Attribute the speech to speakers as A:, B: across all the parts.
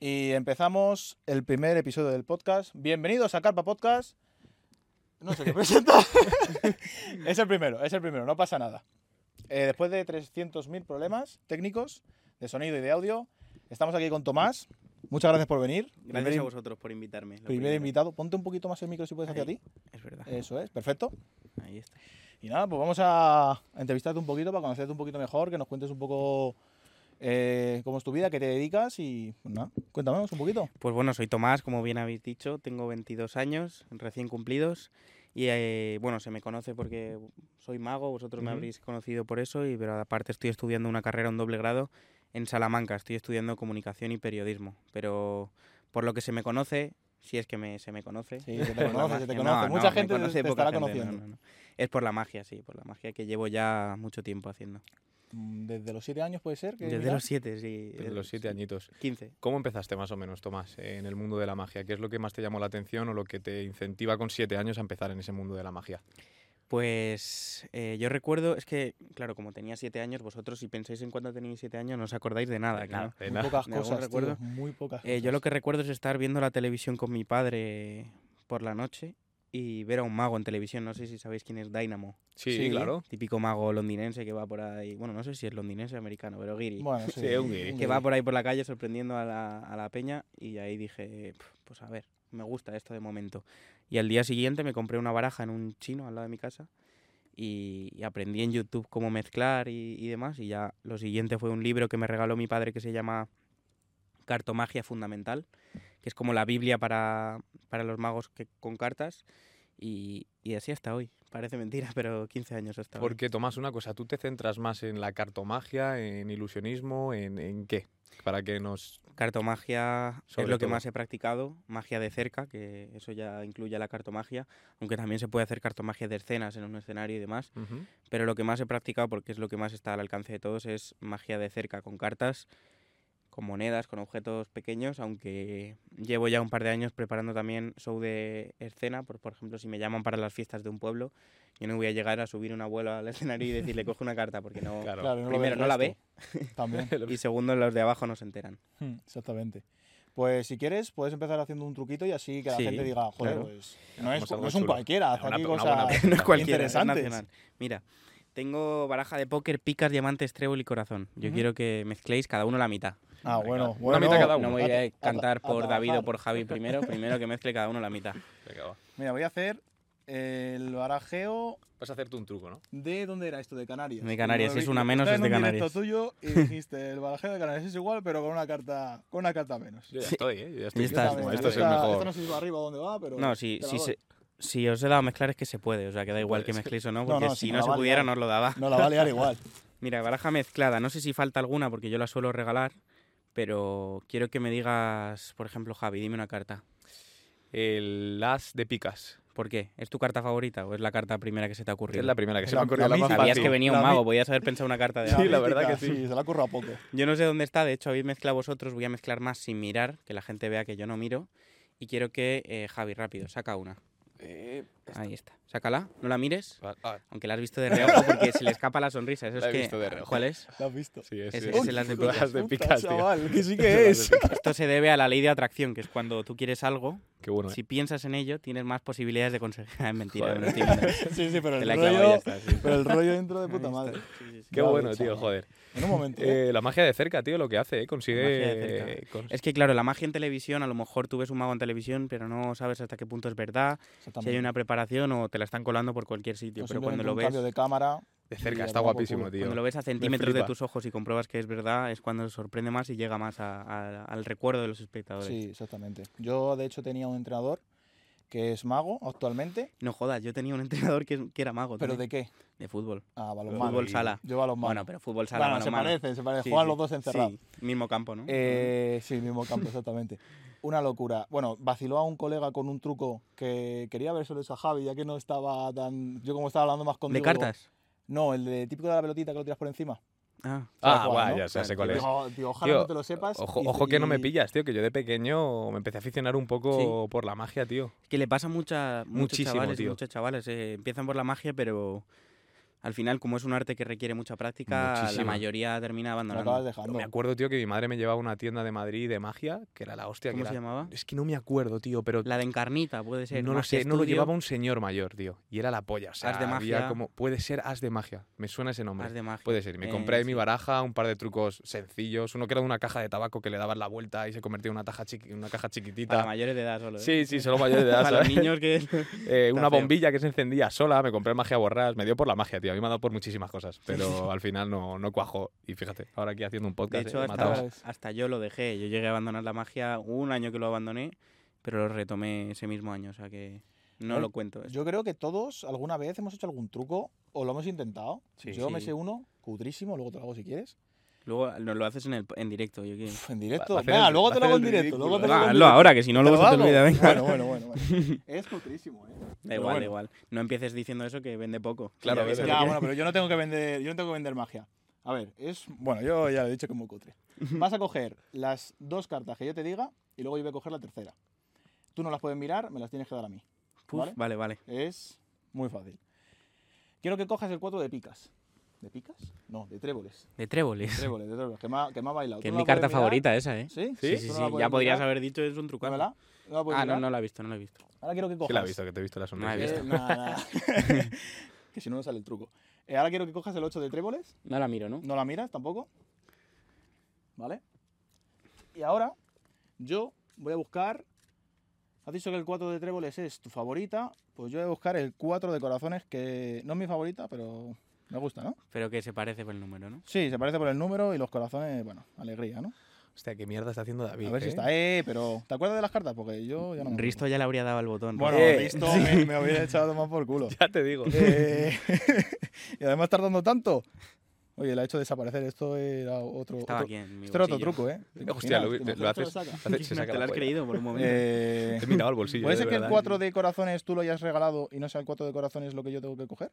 A: Y empezamos el primer episodio del podcast. Bienvenidos a Carpa Podcast. No sé qué presenta. es el primero, es el primero, no pasa nada. Eh, después de 300.000 problemas técnicos de sonido y de audio, estamos aquí con Tomás. Muchas gracias por venir.
B: Gracias a vosotros por invitarme. lo
A: Primer
B: primero.
A: invitado. Ponte un poquito más el micro si puedes hacia
B: Ahí.
A: ti.
B: Es verdad.
A: Eso es, perfecto.
B: Ahí está.
A: Y nada, pues vamos a entrevistarte un poquito para conocerte un poquito mejor, que nos cuentes un poco eh, cómo es tu vida, qué te dedicas y pues nada, cuéntanos un poquito.
B: Pues bueno, soy Tomás, como bien habéis dicho, tengo 22 años, recién cumplidos. Y eh, bueno, se me conoce porque soy mago, vosotros me
A: Ujú.
B: habréis conocido por eso, y, pero aparte estoy estudiando una carrera, un doble grado, en Salamanca. Estoy estudiando comunicación y periodismo. Pero por lo que se me conoce, si es que me- se me conoce.
A: Sí, se te
B: por la
A: conoce, se
B: magia.
A: te
B: No,
A: conoce.
B: no,
A: Mucha
B: me
A: gente
B: conoce
A: te
B: poca
A: estará
B: gente, no,
A: conociendo.
B: no, no. Es por la magia, sí, por la magia que llevo ya mucho tiempo haciendo.
A: Mm, Desde los 7 años puede ser. Que
B: Desde
A: mira,
B: los siete, sí.
C: Eh, Desde los siete añitos.
B: 15.
C: ¿Cómo empezaste más o menos, Tomás, eh, en el mundo de la magia? ¿Qué es lo que más te llamó la atención o lo que te incentiva con siete años a empezar en ese mundo de la magia?
B: Pues eh, yo recuerdo, es que, claro, como tenía siete años, vosotros si pensáis en cuándo tenéis siete años no os acordáis de nada.
C: De
B: claro.
C: nada, de
A: muy
C: nada.
A: pocas
B: ¿De algún
A: cosas, tío,
B: recuerdo?
A: muy pocas.
B: Eh, yo lo
A: cosas.
B: que recuerdo es estar viendo la televisión con mi padre por la noche y ver a un mago en televisión. No sé si sabéis quién es Dynamo.
C: Sí,
A: Sí.
C: claro.
B: Típico mago londinense que va por ahí. Bueno, no sé si es londinense o americano, pero Giri.
A: Bueno, sí,
C: Sí, un guiri.
B: que va por ahí por la calle sorprendiendo a la, a la peña y ahí dije, "Pf, pues a ver, me gusta esto de momento. Y al día siguiente me compré una baraja en un chino al lado de mi casa y, y aprendí en YouTube cómo mezclar y, y demás y ya lo siguiente fue un libro que me regaló mi padre que se llama Cartomagia Fundamental, que es como la Biblia para, para los magos que, con cartas y, y así hasta hoy. Parece mentira, pero 15 años hasta hoy.
C: Porque, Tomás, una cosa, ¿tú te centras más en la cartomagia, en ilusionismo, en, en qué? Para que nos...
B: Cartomagia es
C: Sobre
B: lo que
C: todo.
B: más he practicado, magia de cerca, que eso ya incluye la cartomagia, aunque también se puede hacer cartomagia de escenas en un escenario y demás,
C: Ujú.
B: pero lo que más he practicado, porque es lo que más está al alcance de todos, es magia de cerca, con cartas, con monedas, con objetos pequeños, aunque llevo ya un par de años preparando también show de escena, por, por ejemplo, si me llaman para las fiestas de un pueblo, yo no voy a llegar a subir un abuelo al escenario y decirle, coge una carta, porque no...
C: Claro.
A: Claro, no lo
B: Primero,
A: el
B: no la
A: resto. También,
B: Y segundo, los de abajo no se enteran.
A: Hmm, exactamente. Pues si quieres, puedes empezar haciendo un truquito y así que la
B: Sí,
A: gente diga, joder,
B: claro.
A: pues no es,
C: Hacemos algo
A: no es un
C: chulo.
A: cualquiera, hace
C: Una-
A: aquí
C: una
A: cosas
C: buena-
B: No es cualquiera, es
A: interesantes.
B: nacional. Mira, tengo baraja de póker, picas, diamantes, trébol y corazón. Yo
A: Ujú.
B: quiero que mezcléis cada uno la mitad.
A: Ah,
C: Venga,
A: bueno,
C: una
A: bueno.
C: mitad cada uno.
B: No voy a
A: tra-
B: cantar
A: tra-
B: por
A: a
B: David o
A: trabajar.
B: por Javi primero, primero que mezcle cada uno la mitad.
C: Venga, va.
A: Mira, voy a hacer el barajeo
C: Vas a hacerte un truco, ¿no?
A: de ¿dónde era esto? De Canarias.
B: De Canarias,
A: Lo
B: es
A: vi-
B: una menos,
A: estaba
B: es
A: en
B: de
A: un directo
B: Canarias.
A: tuyo y dijiste, el barajeo de Canarias es igual, pero con una carta, con una carta menos.
C: Yo ya estoy, ¿eh? Yo ya estoy.
B: Ya estás,
A: Esta-
B: ya
C: esto es el
A: esta-
C: mejor.
A: esta no sé si va arriba o dónde va, pero.
B: No, si,
A: te la
B: si,
A: doy.
B: se- si os he dado a mezclar es que se puede, o sea, que da igual que
C: puedes.
B: mezcléis o no,
A: No,
B: porque
A: no, si
B: si no
A: me
B: se
A: la
B: pudiera
A: vale,
B: no os lo daba.
A: No la va a liar igual.
B: Mira, baraja mezclada, no sé si falta alguna porque yo la suelo regalar, pero quiero que me digas, por ejemplo, Javi, dime una carta.
C: El as de picas.
B: ¿Por qué? ¿Es tu carta favorita o es la carta primera que se te ha ocurrido?
C: Es la primera que se
A: La-
C: me ocurrió
A: la
C: la más
A: mítica.
B: Sabías
C: fácil.
B: que venía un
A: La mi-
B: mago, podías haber pensado una carta de
C: Sí, la
A: mítica,
C: verdad que sí.
A: Sí, se la ha currado poco.
B: Yo no sé dónde está, de hecho habéis mezclado vosotros, voy a mezclar más sin mirar, que la gente vea que yo no miro. Y quiero que, eh, Javi, rápido, saca una.
C: Eh,
B: Ahí está. Sácala, no la mires,
C: Ah, ah,
B: aunque la has visto de reojo porque se le escapa la sonrisa. Eso
C: La
B: es
C: he
B: que,
C: visto de reojo.
B: ¿Cuál es?
A: La has visto.
C: sí, es,
B: Ese-
C: es
B: ese el as de
C: el
B: picas.
C: as de
A: Puta,
C: picas, tío.
A: chaval, que sí
C: El as
A: que
C: de
A: es.
B: Esto se debe a la ley de atracción, que es cuando tú quieres algo,
C: Qué bueno, ¿eh?
B: si piensas en ello, tienes más posibilidades de conseguir. Ah, Es mentira,
C: Joder.
B: me lo estoy inventando.
A: Sí, sí, pero
B: Te
A: el
B: la he clavado y ya
A: rollo.
B: está, sí.
A: Pero el rollo dentro de puta
B: Ahí
A: madre.
B: está, sí, sí, sí.
C: Qué
A: Bravo,
C: bueno, tío,
A: chaval.
C: joder.
A: En un momento. ¿eh?
C: Eh, la magia de cerca, tío, lo que hace, ¿eh?
B: magia de
C: Consigue... eh,
B: cerca.
C: cons-
B: Es que claro, la magia en televisión, a lo mejor tú ves un mago en televisión, pero no sabes hasta qué punto es verdad, si hay
A: Exactamente.
B: una preparación o te la están colando por cualquier sitio.
A: O
B: Pero cuando
A: simplemente
B: lo
A: un
B: ves,
A: cambio de cámara.
C: De
A: Sí,
C: cerca, está
A: a tomar por
C: guapísimo,
A: culo.
C: tío.
B: cuando lo ves a centímetros de
C: flipa.
B: tus ojos y compruebas que es verdad, es cuando sorprende más y llega más a- a- al recuerdo de los espectadores.
A: Sí, exactamente. Yo, de hecho, tenía un entrenador que es mago actualmente.
B: No jodas, yo tenía un entrenador que, que era mago
A: ¿Pero
B: también,
A: de qué?
B: de fútbol.
A: Ah, balonmano.
B: Fútbol sala.
A: Yo balonmano.
C: pues,
B: Bueno, pero fútbol sala,
A: Bueno, se
B: balonmano.
A: parece, se parece.
B: Sí,
A: Juegan
B: sí.
A: los dos encerrados.
B: Sí, mismo campo, ¿no?
A: Eh, sí, mismo campo, exactamente. Una locura. Bueno, vaciló a un colega con un truco que quería haber solo hecho a Javi, ya que no estaba tan. Yo, como estaba hablando más
B: ¿De
A: contigo. digo,
B: cartas?
A: no, el de típico de la pelotita que lo tiras por encima.
B: Ah,
C: Ah,
A: jugando,
C: guay,
A: ¿no?
C: ya sé, sé cuál es.
A: Digo, digo, ojalá
C: Tío,
A: no te lo sepas.
C: Ojo,
A: y-
C: ojo que no me
A: y-
C: pillas, tío, que yo de pequeño me empecé a aficionar un poco por la magia, tío.
B: es que le pasa mucha, muchos
C: Muchísimo,
B: chavales, y
C: tío.
B: muchas chavales. eh, empiezan por la magia, pero al final, como es un arte que requiere mucha práctica, la
C: Muchísima.
B: mayoría termina
A: Lo acabas
B: abandonando.
A: dejando.
C: Me acuerdo, tío, que mi madre me llevaba a una tienda de Madrid de magia, que era la hostia. que
B: ¿Cómo se
C: era-
B: llamaba?
C: Es que no me acuerdo, tío, pero
B: La de encarnita, puede ser.
C: no lo
B: Magia
C: sé, no lo
B: Studio,
C: llevaba un señor mayor, tío. Y era la polla, o sea,
B: As de
C: había
B: magia.
C: como... Puede ser As de Magia, me suena ese nombre.
B: Haz de magia.
C: Puede ser. Me
B: Eh,
C: compré mi
B: sí.
C: baraja, un par de trucos sencillos, uno que era de una caja de tabaco que le dabas la vuelta y se convertía en una, taja chiqui- en una caja
B: Para
C: chiquitita.
B: mayores de edad solo. ¿eh?
C: Sí, sí, solo mayores de edad.
B: Para los
C: ¿sabes?
B: niños que.
C: Eh, una
B: feo.
C: bombilla que se encendía sola, me compré el magia borrás, me dio por la magia, tío. A mí me ha dado por muchísimas cosas, pero al final no, no cuajó. Y fíjate, ahora aquí haciendo un
B: De
C: podcast,
B: hecho,
C: eh,
B: hasta,
C: mataos.
A: mataos.
B: hasta yo lo dejé. Yo llegué a abandonar la magia un año que lo abandoné, pero lo retomé ese mismo año, o sea que no
A: Yo-
B: lo cuento. ¿eh?
A: Yo creo que todos alguna vez hemos hecho algún truco o lo hemos intentado.
B: Sí.
A: Yo me
B: Sí.
A: sé uno, cutrísimo, luego te lo hago si quieres.
B: Luego nos lo haces en, el, en directo. Yo que...
A: Uf, en directo.
C: va a hacer
A: Venga,
C: el-
A: luego
C: va
A: te
C: a
A: lo hago en
C: hacer el
A: directo. Luego te lo hago
C: ridículo,
B: Va,
A: en
B: hazlo
A: directo.
B: ahora, que si no
A: ¿Te
B: luego
A: lo
B: se te
A: hago?
B: olvida.
A: Bueno,
B: Venga.
A: bueno, bueno. bueno. es cutrísimo, ¿eh?
B: da igual,
A: bueno.
B: da igual. No empieces diciendo eso que vende poco.
C: Claro,
B: Ya ves
C: vende
A: Ya,
B: lo que-
A: bueno, pero yo no tengo que vender, yo no tengo que vender magia. A ver, es. Bueno, yo ya lo he dicho que es muy cutre. Vas a coger las dos cartas que yo te diga y luego yo voy a coger la tercera. Tú no las puedes mirar, me las tienes que dar a mí.
B: Puf,
A: ¿vale?
B: vale, vale.
A: Es muy fácil. Quiero que cojas el 4 de picas. ¿De picas? No, de tréboles.
B: De tréboles.
A: Tréboles, de tréboles, que me ha, que me ha bailado. Tú
B: Que es
A: no
B: mi
A: la puedes
B: carta
A: mirar.
B: favorita esa, ¿eh?
A: ¿Sí?
C: Sí,
B: sí,
A: Tú no
B: sí,
A: la
B: ya
A: puedes
B: podrías
A: mirar.
B: haber dicho es un truco.
A: Dámela. No la puedes
B: Ah, no,
A: mirar.
B: no la he visto, no la he visto.
A: Ahora quiero que cojas.
C: Sí la he visto, que te he visto la sonrisa.
B: he
A: Eh,
B: visto.
A: nada, nada. que si no, no sale el truco. Eh, ahora quiero que cojas el 8 de tréboles.
B: No la miro, ¿no?
A: No la miras tampoco. ¿Vale? Y ahora yo voy a buscar. Has dicho que el 4 de tréboles es tu favorita. Pues yo voy a buscar el 4 de corazones, que no es mi favorita, pero me gusta, ¿no?
B: Pero que se parece por el número, ¿no?
A: Sí, se parece por el número y los corazones, bueno, alegría, ¿no?
C: Hostia, qué mierda está haciendo David.
A: A ver si
C: ¿eh?
A: está, eh, pero. ¿Te acuerdas de las cartas? Porque yo ya no. me acuerdo.
B: Risto ya le habría dado al botón.
A: Bueno,
B: ¿no?
C: Eh.
A: Risto me, me hubiera echado más por culo.
C: Ya te digo.
A: Eh, y además tardando tanto. Oye, la ha hecho desaparecer. Esto era otro.
B: Estaba
A: otro-
B: aquí en mi
A: Esto era otro
B: bolsillo.
A: truco, ¿eh?
C: Hostia, lo-
A: Imagina,
C: lo haces-
A: imagina que lo saca.
C: Hace- se
B: No
C: saca la
B: te lo has
C: polla.
B: creído por un momento.
A: Eh,
C: Te he mirado al bolsillo.
A: ¿Puede
C: eh,
A: ser
C: de
A: que el
C: verdad.
A: 4 de corazones tú lo hayas regalado y no sea el 4 de corazones lo que yo tengo que coger?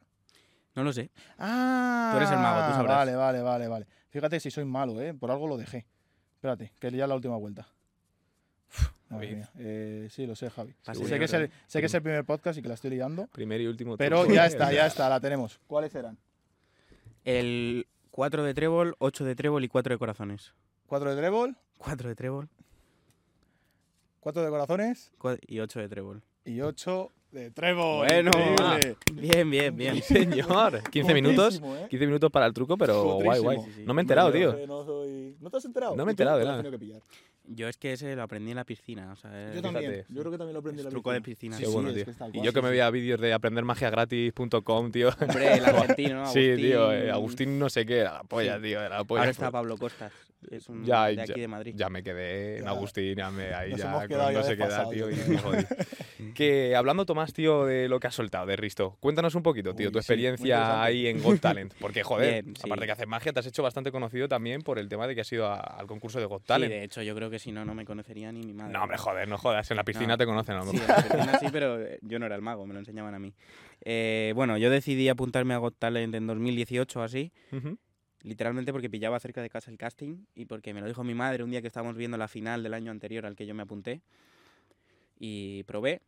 B: No lo sé.
A: Ah,
B: eres el mago, tú sabrás.
A: Vale, vale, vale, vale. Fíjate si soy malo, ¿eh? Por algo lo dejé. Espérate, que ya es la última vuelta. Uf, madre
C: David.
A: mía. Eh, sí, lo sé, Javi.
B: Pase
A: Sí,
B: de
A: sé, que es el,
B: oro.
A: sé que es el primer podcast y que la estoy liando.
C: Primero y último.
A: Pero
C: truco,
A: ya
C: eh,
A: está, ya
C: o sea,
A: está, la tenemos. ¿Cuáles eran?
B: El 4 de trébol, 8 de trébol y 4 de corazones.
A: 4 de trébol,
B: 4 de trébol
A: 4 de corazones
B: cua- y 8 de trébol.
A: y 8 de trébol.
B: Bueno,
A: Increíble.
B: Bien, bien, bien.
C: Señor, 15 minutos.
A: Buenísimo, ¿eh?
C: 15 minutos para el truco, pero guay, guay.
A: Potrísimo.
B: Sí, sí.
C: No me he enterado,
A: Hombre,
C: tío.
A: No, soy- ¿No te has enterado?
C: No me he
A: Y tú
C: enterado de
A: te lo has
C: nada.
A: tenido que pillar.
B: Yo es que ese lo aprendí en la piscina. O sea,
A: Yo
B: es
A: también.
C: fíjate.
A: Yo creo que también lo aprendí en
B: es
A: la
B: truco de
A: piscina.
B: piscina.
C: Qué
A: sí,
C: bueno,
A: es
C: tío.
A: que está
C: y
A: guay,
C: yo que
A: sí,
C: me
A: sí.
C: veía vídeos de aprendermagiagratis.com, tío.
B: Hombre, Eh, el argentino,
C: Sí, tío, eh,
B: Agustín.
C: Agustín no sé qué, era la polla,
B: Sí.
C: tío, era la polla.
B: Ahora está Pablo Costas. Es un
C: Ya,
B: de
C: ya,
B: aquí de Madrid.
C: Ya me quedé en
A: Ya.
C: Agustín, ya me, ahí
A: Nos
C: ya
A: hemos
C: con
A: quedado ya
C: no sé qué edad,
A: desfasados,
C: tío.
A: yo
C: y
A: creo.
C: me jodí. que hablando, Tomás, tío, de lo que has soltado de Risto, cuéntanos un poquito, tío,
A: Uy,
C: tu
A: sí, muy interesante.
C: experiencia ahí en Got Talent. Porque, joder,
B: Bien, sí.
C: aparte que haces magia, te has hecho bastante conocido también por el tema de que has ido a- al concurso de Got
B: Sí,
C: Talent.
B: de hecho, yo creo que si no, no me conocería ni mi madre.
C: No, hombre, joder, no jodas. En la piscina
B: No.
C: te conocen a lo
B: Sí,
C: mejor.
B: en la piscina sí, pero eh, yo no era el mago, me lo enseñaban a mí. Eh, bueno, yo decidí apuntarme a Got Talent en 2018 o así,
C: Ujú.
B: literalmente porque pillaba cerca de casa el casting y porque me lo dijo mi madre un día que estábamos viendo la final del año anterior al que yo me apunté. Y probé.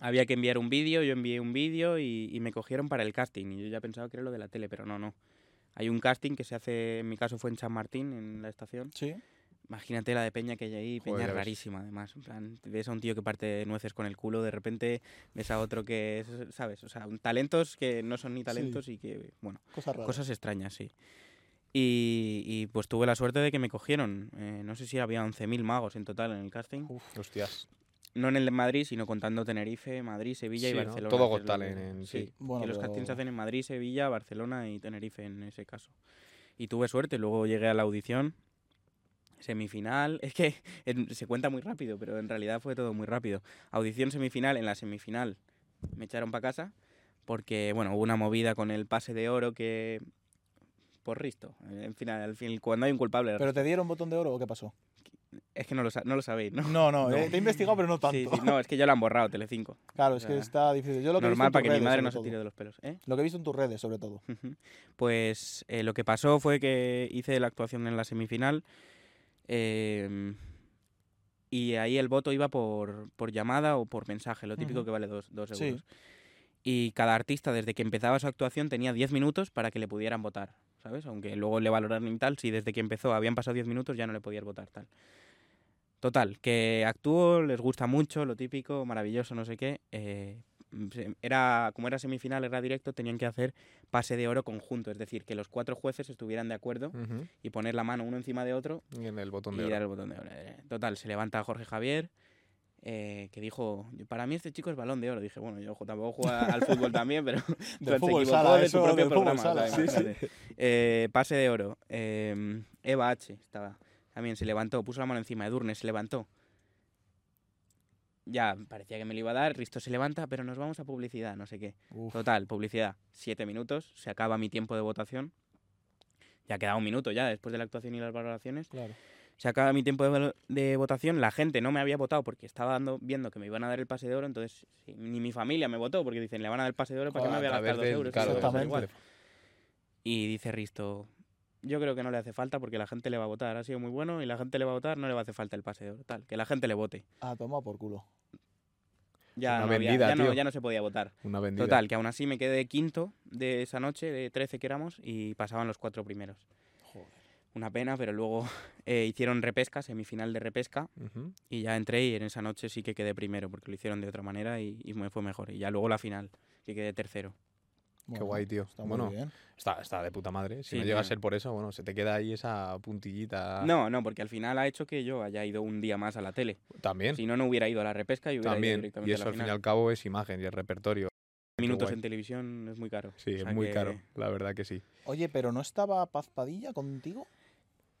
B: Había que enviar un vídeo, yo envié un vídeo y, y me cogieron para el casting. Y yo ya pensaba que era lo de la tele, pero no, no. Hay un casting que se hace, en mi caso fue en San Martín, en la estación.
A: Sí.
B: Imagínate la de peña que hay ahí, peña
C: Joder, ya ves.
B: rarísima además. En plan, ves a un tío que parte nueces con el culo, de repente ves a otro que, es- ¿sabes? O sea, un- talentos que no son ni talentos y que, bueno,
A: Cosas raras.
B: cosas extrañas, sí. Y, y, pues tuve la suerte de que me cogieron. Eh, no sé si había 11.000 magos en total en el casting.
C: Hostias.
B: No en el de Madrid, sino contando Tenerife, Madrid, Sevilla y
C: Sí, ¿no?
B: Barcelona.
C: Todo
B: que es
C: Got
B: lo
C: Talent en- sí.
B: sí,
A: Bueno,
B: que los
A: pero-
B: castings se hacen en Madrid, Sevilla, Barcelona y Tenerife en ese caso. Y tuve suerte, luego llegué a la audición, semifinal, es que en- se cuenta muy rápido, pero en realidad fue todo muy rápido. Audición semifinal, en la semifinal me echaron para casa porque, bueno, hubo una movida con el pase de oro que... Por Risto. En fin, al fin, cuando hay un culpable...
A: ¿Pero te dieron botón de oro o qué pasó?
B: Es que no lo, sa- no lo sabéis, ¿no?
A: No, no, eh, te he investigado, pero no tanto.
B: Sí, sí, no, es que ya lo han borrado, Telecinco.
A: Claro, es
B: O
A: que
B: sea,
A: está difícil. Yo lo que he visto
B: Normal
A: en tus
B: para que mi
A: redes,
B: madre
A: sobre
B: no se
A: todo.
B: tire de los pelos. ¿eh?
A: Lo que he visto en tus redes, sobre todo.
B: Ujú. Pues eh, lo que pasó fue que hice la actuación en la semifinal eh, y ahí el voto iba por, por llamada o por mensaje, lo típico
A: Ujú.
B: que vale dos, dos
A: Sí.
B: euros. Y cada artista, desde que empezaba su actuación, tenía 10 minutos para que le pudieran votar, ¿sabes? Aunque luego le valoraran y tal, si desde que empezó habían pasado 10 minutos ya no le podías votar, tal. Total, que actúo, les gusta mucho, lo típico, maravilloso, no sé qué. eh, se- era, como era semifinal, era directo, tenían que hacer pase de oro conjunto, es decir, que los cuatro jueces estuvieran de acuerdo
C: Ujú.
B: y poner la mano uno encima de otro
C: Y en el botón
B: y
C: de oro.
B: dar el botón de oro. Eh, Total, se levanta Jorge Javier, eh, que dijo, para mí este chico es balón de oro. Dije, bueno, yo tampoco juego al fútbol también, pero
A: Del
B: se
A: fútbol
B: equivocó
A: sala,
B: de su
A: eso,
B: propio
A: del fútbol
B: programa,
A: sala.
B: o sea, imagínate. Eh, pase de oro. eh, Eva H. estaba. También se levantó, puso la mano encima. Edurne se levantó. Ya, parecía que me lo iba a dar. Risto se levanta, pero nos vamos a publicidad, no sé qué.
A: Uf.
B: Total, publicidad. Siete minutos. Se acaba mi tiempo de votación. Ya queda un minuto ya, después de la actuación y las valoraciones
A: Claro.
B: se acaba mi tiempo de, valo- de votación, la gente no me había votado porque estaba dando, viendo que me iban a dar el pase de oro, entonces sí, ni mi familia me votó porque dicen, le van a dar el pase de oro para que me
A: Joder,
B: voy a
C: A
B: gastar
C: través
B: dos
C: del-
B: euros.
C: claro,
B: Eso me da
A: Exactamente.
B: igual". Y dice Risto, yo creo que no le hace falta porque la gente le va a votar, ha sido muy bueno y la gente le va a votar, no le va a hacer falta el pase de oro, tal, que la gente le vote.
A: Ah, toma por culo.
B: Ya,
C: Una
B: no, había-
C: vendida,
B: ya, no,
C: tío.
B: ya no se podía votar.
C: Una vendida.
B: Total, que aún así me quedé quinto de esa noche, de 13 que éramos, y pasaban los cuatro primeros. Una pena, pero luego eh, hicieron repesca, semifinal de repesca,
C: Ujú.
B: Y ya entré y en esa noche sí que quedé primero, porque lo hicieron de otra manera y, y me fue mejor. Y ya luego la final, que quedé tercero.
A: Bueno,
C: guay, tío.
A: Está muy
C: Bueno,
A: bien.
C: Está, está de puta madre. Si
B: Sí,
C: no llega a
B: tío.
C: ser por eso, bueno, se te queda ahí esa puntillita.
B: No, no, porque al final ha hecho que yo haya ido un día más a la tele.
C: También.
B: Si no, no hubiera ido a la repesca y hubiera ido
C: también.
B: directamente
C: Y eso
B: a la
C: al fin y
B: final.
C: al cabo es imagen y es repertorio.
B: Minutos
C: guay.
B: en televisión es muy caro.
C: Sí,
B: O sea
C: es muy
B: que-
C: caro. La verdad que sí.
A: Oye, pero ¿no estaba Paz Padilla contigo?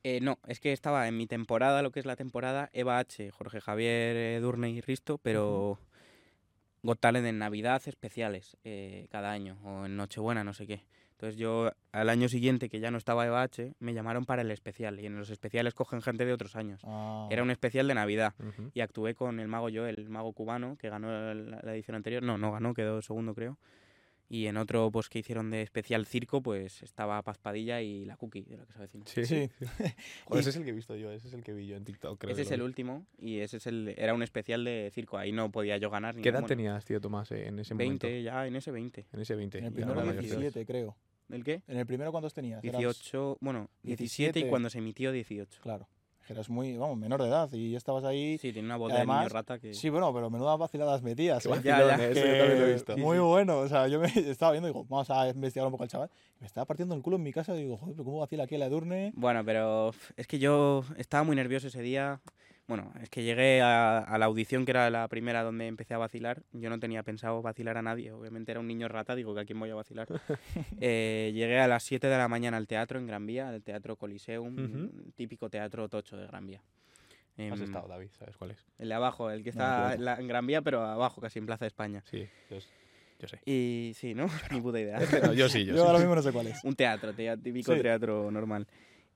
B: Eh, no, es que estaba en mi temporada, lo que es la temporada, Eva H, Jorge Javier, eh, Durne y Risto, pero Got Talent en Navidad especiales eh, cada año, o en Nochebuena, no sé qué. Entonces yo, al año siguiente, que ya no estaba Eva H, me llamaron para el especial, y en los especiales cogen gente de otros años.
A: Ah,
B: Era un especial de Navidad,
C: Ujú.
B: y actué con el mago Joel, el mago cubano, que ganó el- la, edición anterior. No, no ganó, quedó segundo, creo. Y en otro pues, que hicieron de especial circo, pues estaba Paz Padilla y la Cookie, de la que se avecina.
C: Sí.
A: Sí.
C: Joder,
A: Y-
C: ese es el que he visto yo, ese es el que vi yo en TikTok, creo. que
B: Ese es
C: lo
B: el
C: vi.
B: último y ese es el era un especial de circo. Ahí no podía yo ganar. ni
C: ¿Qué
B: nada,
C: edad
B: bueno,
C: tenías, tío Tomás, eh, en ese
B: 20
C: momento?
B: ya, en ese 20.
C: En ese 20.
A: En
C: ya
A: el
C: no
A: primero
C: era mayor de edad.
A: 17, creo.
B: ¿El qué?
A: ¿En el primero cuántos tenías? Eras-
B: 18, bueno, 17 y
A: 17.
B: cuando se emitió 18.
A: Claro. Eras muy, vamos, menor de edad y estabas ahí. Sí,
B: Sí, tiene una voz de niño
A: además,
B: rata que
A: bueno, pero menudas vaciladas metías. ¿eh?
B: Ya, ya.
C: Vacilón, eh, eso yo también lo he visto.
A: Muy bueno, o sea, yo me estaba viendo y digo, vamos a investigar un poco al chaval. Me estaba partiendo el culo en mi casa y digo, joder, pero ¿cómo vacila aquí la Edurne?
B: Bueno, pero f- es que yo estaba muy nervioso ese día. Bueno, es que llegué a, a la audición, que era la primera donde empecé a vacilar. Yo no tenía pensado vacilar a nadie. Obviamente era un niño rata, digo que a quién voy a vacilar. Eh, llegué a las 7 de la mañana al teatro en Gran Vía, al Teatro Coliseum,
C: Ujú.
B: un típico teatro tocho de Gran Vía.
C: Has
B: Em,
C: estado, David, ¿sabes cuál es?
B: El de abajo, el que
A: No me
B: está
A: acuerdo.
B: en la- en Gran Vía, pero abajo, casi en Plaza de España.
C: Sí, yo, s- yo sé.
B: Y sí, ¿no? Ni puta idea.
C: No, yo sí, yo,
A: Yo,
C: sí.
A: ahora mismo no sé cuál es.
B: Un teatro, tea- típico
A: Sí.
B: teatro normal.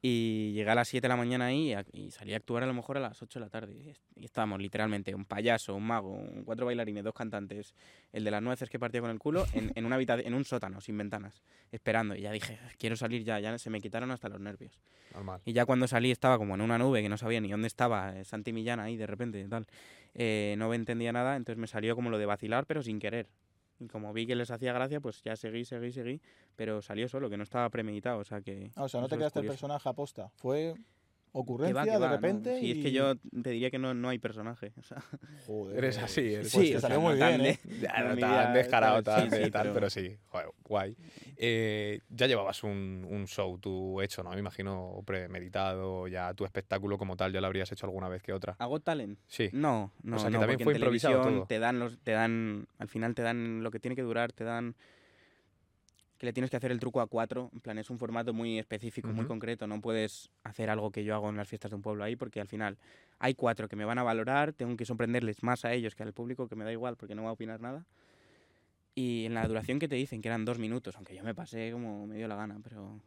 B: Y llegué a las 7 de la mañana ahí y a- y salí a actuar a lo mejor a las 8 de la tarde. Y est- Y estábamos literalmente un payaso, un mago, un- cuatro bailarines, dos cantantes, el de las nueces que partía con el culo, en, en, una habita- en un sótano, sin ventanas, esperando. Y ya dije, quiero salir ya, ya se me quitaron hasta los nervios.
C: Normal.
B: Y ya cuando salí estaba como en una nube que no sabía ni dónde estaba, eh, Santi Millán ahí de repente, tal. Eh, no me entendía nada, entonces me salió como lo de vacilar, pero sin querer. Y como vi que les hacía gracia, pues ya seguí, seguí, seguí, pero salió solo, que no estaba premeditado, o sea que...
A: Ah, o sea, no
B: eso
A: te
B: es
A: quedaste el
B: curioso.
A: personaje aposta. Fue
B: Que
A: ocurrencia
B: va, que
A: de
B: va, ¿no?
A: repente.
B: Sí, es que
A: y-
B: yo te diría que no, no hay personaje. o sea,
A: Joder,
C: Eres
A: joder.
C: así, eres
A: Pues
C: así.
A: te
C: o sea,
A: salió muy
B: no tan
A: bien, ¿eh?
B: de-
C: Ya,
B: no
C: no
B: mi
C: tan
B: día,
C: descarado,
B: tal,
C: tal,
B: sí,
C: de
B: sí,
C: tal, pero...
B: pero-
C: sí, joder, guay. Eh, ya llevabas un, un show tú hecho, ¿no? Me imagino premeditado, ya tu espectáculo como tal, ya lo habrías hecho alguna vez que otra.
B: ¿Hago talent?
C: Sí,
B: No, no,
C: sea, que
B: no,
C: también
B: porque
C: fue
B: en
C: improvisado
B: televisión
C: todo.
B: te dan los, te dan, al final te dan lo que tiene que durar, te dan que le tienes que hacer el truco a cuatro, en plan es un formato muy específico, muy
C: Ujú.
B: concreto, no puedes hacer algo que yo hago en las fiestas de un pueblo ahí, porque al final hay cuatro que me van a valorar, tengo que sorprenderles más a ellos que al público, que me da igual, porque no va a opinar nada. Y en la duración que te dicen, que eran dos minutos, aunque yo me pasé como me dio la gana, pero...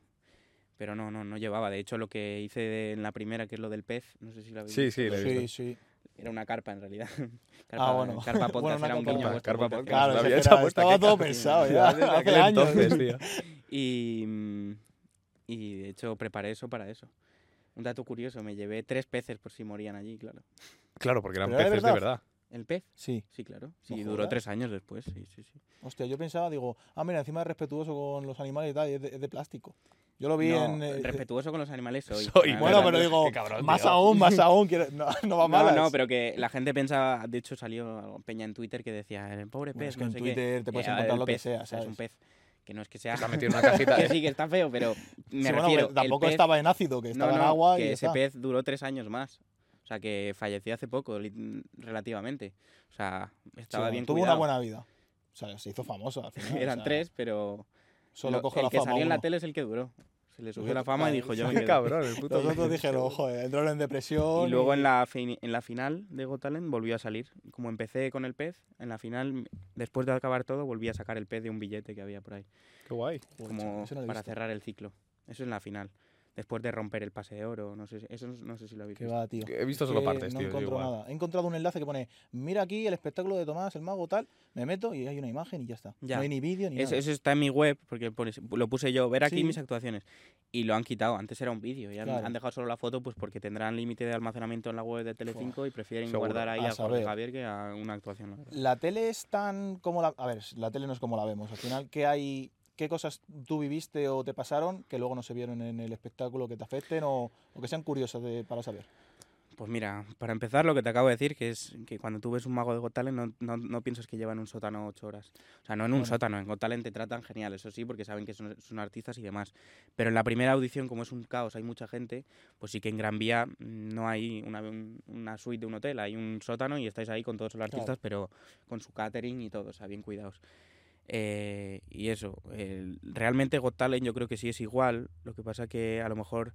B: Pero no, no, no llevaba. De hecho, lo que hice de- en la primera, que es lo del pez, no sé si lo habéis
C: Sí,
B: visto,
C: sí, lo he
A: Sí,
C: visto.
A: sí.
B: Era una carpa, en realidad.
A: Ah, bueno.
B: Carpa
A: Bueno,
B: podcast
A: una
B: era un
A: carpa-
B: guiño a vuestro
C: carpa
B: podcast.
C: podcast.
A: Claro,
C: la
A: es
C: había
A: que
C: hecho
A: era-
C: apuesta,
A: estaba
C: qué
A: todo
C: cabrón.
A: pensado
B: Sí,
A: ya,
B: Ah, desde
A: hace
C: aquel
A: años.
C: entonces, tío.
B: Y, mm, y de hecho preparé eso para eso. Un dato curioso, me llevé tres peces por si morían allí, claro.
C: Claro, porque eran
A: Pero era
C: peces de verdad.
B: ¿El pez?
A: Sí,
B: Sí, claro. Sí,
A: ¿No
B: duró
A: jodas?
B: tres años después, sí, sí, sí.
A: hostia, yo pensaba, digo, ah, mira, encima es respetuoso con los animales y tal, y es de, es de plástico. Yo lo vi
B: No,
A: en. eh,
B: respetuoso con los animales soy.
C: Soy,
B: la
A: bueno,
B: verdad.
A: pero
C: Qué
A: digo,
C: cabrón,
A: más
C: tío.
A: aún, más aún, quiero- no, no va mal.
B: No, no, pero que la gente pensaba, de hecho salió Peña en Twitter que decía, el pobre
A: Bueno,
B: pez,
A: es que
B: pues no
A: en
B: sé qué".
A: Twitter te puedes
B: Eh, a ver,
A: encontrar
B: el
A: lo que
B: pez,
A: sea,
B: o sea,
A: ¿sabes?
B: Es un pez. Que no es que sea...
C: Está metido en una cajita.
B: que sí, que está feo, pero me
A: ¿eh? Sí, bueno,
B: refiero...
A: pero
B: el
A: tampoco
B: pez-
A: estaba en ácido, que
B: No,
A: estaba en
B: no,
A: agua y
B: que
A: ya
B: ese
A: está.
B: pez duró tres años más. O sea, que falleció hace poco, li- relativamente. O sea,
A: Sí,
B: estaba
A: bueno,
B: bien
A: Tuvo
B: cuidado.
A: una buena vida. O sea, se hizo famoso al final. o
B: Eran
A: sea,
B: tres, pero
A: Solo
B: lo-
A: coge
B: el
A: la
B: que
A: fama.
B: salió en la
A: uno.
B: tele es el que duró. Se le subió
A: Ujú,
B: la fama y
A: claro,
B: dijo yo me
C: Qué
B: quedo".
C: cabrón, el puto.
A: Los otros dijeron, joder, entraron en depresión.
B: Y luego en la, fini- en la final de Got Talent volvió a salir. Como empecé con el pez, en la final, m- después de acabar todo, volví a sacar el pez de un billete que había por ahí.
C: Qué guay.
A: Joder, chaval,
B: como
A: eso no lo he
B: para
A: visto.
B: cerrar el ciclo. Eso en la final. Después de romper el pase de oro, no sé si, eso no sé si lo habéis
A: Que
B: visto.
A: va, tío.
C: He visto
A: Es
C: solo
A: que
C: partes,
A: no
C: tío. yo
A: encuentro
C: igual.
A: nada. He encontrado un enlace que pone, mira aquí el espectáculo de Tomás, el mago, tal. Me meto y hay una imagen y ya está.
B: Ya.
A: No hay ni vídeo ni
B: Eso,
A: nada.
B: eso está en mi web, porque pones- lo puse yo, ver aquí
A: Sí.
B: mis actuaciones. Y lo han quitado, antes era un vídeo, y han,
A: Claro.
B: han dejado solo la foto pues porque tendrán límite de almacenamiento en la web de Telecinco y prefieren
C: Seguro,
B: guardar ahí
A: a
B: a, Jorge
A: saber.
B: Javier que a una actuación. la verdad.
A: La tele es tan como la... A ver, la tele no es como la vemos. Al final, ¿qué hay... ¿Qué cosas tú viviste o te pasaron que luego no se vieron en el espectáculo que te afecten o, o que sean curiosas de- para saber?
B: Pues mira, para empezar lo que te acabo de decir, que es que cuando tú ves un mago de Got Talent no, no, no piensas que llevan un sótano ocho horas. O sea, no en un
A: Bueno.
B: sótano, en Got Talent te tratan genial, eso sí, porque saben que son, son artistas y demás. Pero en la primera audición, como es un caos, hay mucha gente, pues sí que en Gran Vía mm, no hay una, un- una suite de un hotel, hay un sótano y estáis ahí con todos los artistas, pero con su catering y todo, o sea, bien cuidados. Eh, y eso, el- realmente Got Talent yo creo que sí es igual, lo que pasa que a lo mejor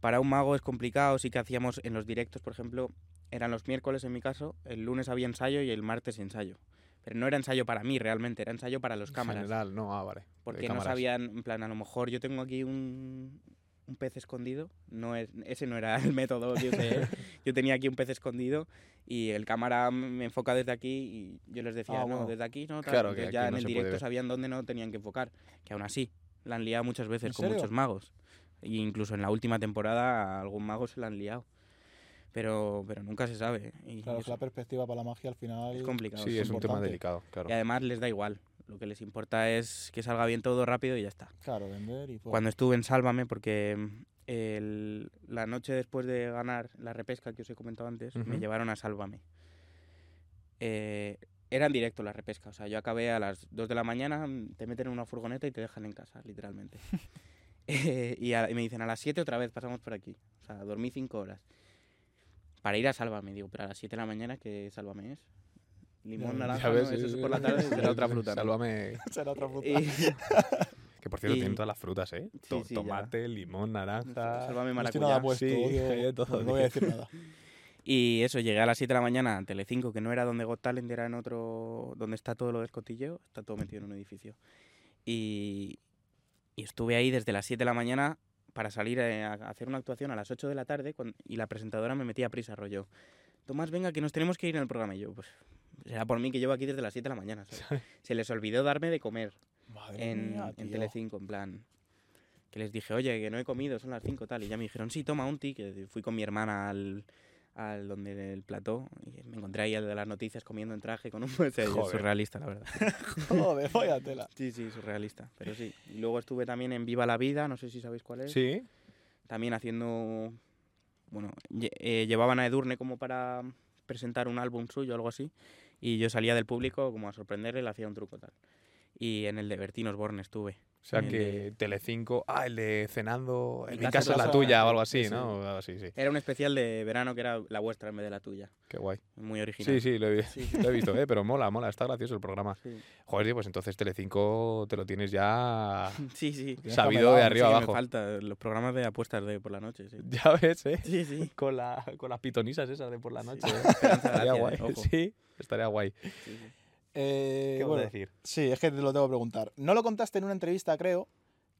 B: para un mago es complicado, sí que hacíamos en los directos, por ejemplo, eran los miércoles en mi caso, el lunes había ensayo y el martes ensayo. Pero no era ensayo para mí realmente, era ensayo para los
C: En
B: cámaras.
C: general, no, ah, vale.
B: Porque
C: De
B: no
C: cámaras.
B: sabían, en plan, a lo mejor yo tengo aquí un, un pez escondido. No es, ese no era el método que usé. yo tenía aquí un pez escondido y el cámara me enfoca desde aquí y yo les decía,
A: Ah,
B: no,
A: bueno.
B: desde aquí no. tal".
C: Claro, que
B: Entonces
C: aquí
B: ya
C: no
B: en el
C: se puede
B: directo
C: ver.
B: sabían dónde no tenían que enfocar. Que aún así, la han liado muchas veces
A: ¿En
B: con
A: serio?
B: muchos magos. E incluso en la última temporada a algún mago se la han liado. Pero, pero nunca se sabe. ¿eh? Y
A: Claro, es
B: eso
A: la perspectiva para la magia al final...
B: es complicado.
C: Sí,
A: es
C: es un tema
A: importante.
C: delicado, claro.
B: y además les da igual. Lo que les importa es que salga bien todo rápido y ya está.
A: Claro, vender y... pues, fuera.
B: cuando estuve en Sálvame, porque mm, el- la noche después de ganar la repesca que os he comentado antes, me
C: Ujú.
B: llevaron a Sálvame. Eh, era en directo la repesca, o sea, yo acabé a las 2 de la mañana, mm, te meten en una furgoneta y te dejan en casa, literalmente. Eh, y, a- y me dicen, a las 7 otra vez pasamos por aquí. O sea, dormí 5 horas. Para ir a Sálvame, digo, pero a las 7 de la mañana, que Sálvame es? Limón,
A: Ya
B: naranja, ¿no? eso es por la tarde, será otra fruta. ¿no?
C: Sálvame.
A: Será otra fruta.
B: Y-
C: Que por cierto,
B: Y-
C: tienen todas las frutas, ¿eh?
B: Sí,
C: To-
B: sí, ya.
C: Tomate, limón, naranja.
B: Sálvame
A: No
B: maracuyá.
A: estoy nada puesto,
C: Sí,
A: odio-
C: de todo,
A: bueno, no voy a
C: tío.
A: decir nada.
B: Y eso, llegué a las 7 de la mañana a Telecinco, que no era donde Got Talent, era en otro... donde está todo lo del cotilleo, está todo metido en un edificio. Y, y estuve ahí desde las 7 de la mañana para salir eh, a, hacer una actuación a las 8 de la tarde cuan- y la presentadora me metía a prisa, rollo. Tomás, venga, que nos tenemos que ir en el programa. Y yo, pues, será por mí que llevo aquí desde las 7 de la mañana. ¿sabes? Se les olvidó darme de comer
A: Madre
B: en,
A: mía,
B: en
A: tío.
B: Telecinco, en plan. Que les dije, oye, que no he comido, son las 5 tal. Y ya me dijeron, sí, toma un ticket. Fui con mi hermana al, al donde el plató y me encontré ahí al de las noticias comiendo en traje con un... o sea, yo
C: Joder.
B: surrealista, la verdad.
A: Joder, vaya tela.
B: Sí, sí, surrealista, pero sí. Y luego estuve también en Viva la Vida, no sé si sabéis cuál es.
C: Sí,
B: También haciendo... Bueno, lle- eh, llevaban a Edurne como para presentar un álbum suyo o algo así. Y yo salía del público como a sorprenderle y le hacía un truco tal. Y en el de Bertinos Born estuve.
C: o sea
B: El
C: que Telecinco, ah, el de cenando, en
B: Mi
C: mi
B: casa
C: casa es la
A: pasa-
C: tuya o algo así,
A: sí, sí.
C: ¿no? Algo así, sí.
B: Era un especial de verano que era la vuestra en vez de la tuya.
C: Qué guay.
B: Muy
C: Sí,
B: original.
C: sí, lo he,
B: Sí,
C: lo he visto, ¿eh? Pero mola, mola, está gracioso el programa.
B: sí.
C: Joder, tío, pues entonces Telecinco te lo tienes ya
B: Sí, sí.
A: Ya está, me
C: sabido
A: da-
C: de
A: sí
C: arriba
B: Sí,
C: abajo.
B: Me falta los programas de apuestas de por la noche, sí.
C: Ya ves, ¿eh?
B: Sí, sí.
C: Con, la, con las pitonisas esas de por la noche. ¿eh?
B: Esperanza
C: Estaría
B: Gracia,
C: guay.
B: ojo.
C: Sí, estaría guay.
B: Sí, sí.
A: Eh, bueno,
C: decir?
A: sí, es que te lo tengo que preguntar. No lo contaste en una entrevista, creo,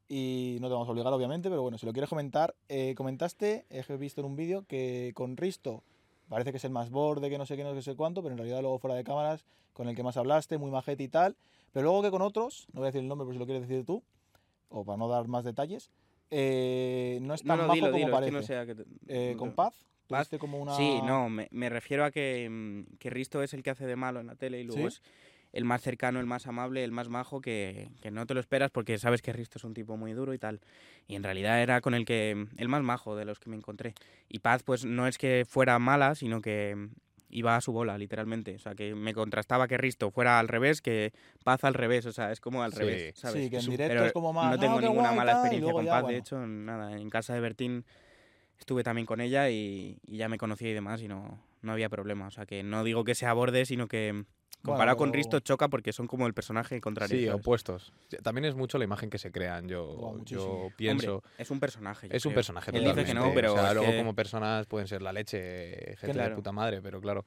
A: Y no te vamos a obligar, obviamente, pero bueno, si lo quieres comentar, eh, comentaste, eh, que he visto en un vídeo, que con Risto parece que es el más borde, que no sé qué, no sé cuánto, pero en realidad luego fuera de cámaras, con el que más hablaste, muy majete y tal. Pero luego que con otros, no voy a decir el nombre por si lo quieres decir tú, o para no dar más detalles, eh, no es tan
B: no, no,
A: majo
B: dilo,
A: como
B: dilo, es
A: parece.
B: que no sé a qué te-
A: Eh,
B: no
A: con
B: te-
A: Paz,
B: Paz,
A: tuviste como una...
B: Sí, no, me, me refiero a que, mm, que Risto es el que hace de malo en la tele y luego
A: ¿Sí?
B: es el más cercano, el más amable, el más majo, que, que no te lo esperas porque sabes que Risto es un tipo muy duro y tal. Y en realidad era con el que mm, el más majo de los que me encontré. Y Paz, pues no es que fuera mala, sino que mm, iba a su bola, literalmente. O sea, que me contrastaba que Risto fuera al revés, que Paz al revés. O sea, es como al
C: Sí.
B: revés, ¿sabes?
A: Sí, que
B: Es
A: en
B: un-
A: directo
B: pero
A: es como más...
B: No tengo
A: qué
B: ninguna
A: guay",
B: mala
A: tal, y
B: experiencia
A: luego
B: con
A: ya,
B: Paz, de
A: bueno.
B: hecho, nada, en casa de Bertín estuve también con ella y, y ya me conocía y demás y no, no había problema. O sea, que no digo que sea borde, sino que comparado con
A: pero-
B: Risto choca porque son como el personaje contrario.
C: Sí,
B: ¿sabes?
C: opuestos. También es mucho la imagen que se crean, yo,
A: Buah, muchísimo.
C: yo
B: Hombre,
C: pienso.
B: es un personaje. yo
C: es un
B: creo.
C: personaje
B: Él dice que no,
C: totalmente,
B: pero
C: o sea,
B: es
C: luego
B: que-
C: como personas pueden ser la leche, gente de
B: Claro.
C: puta madre, pero claro,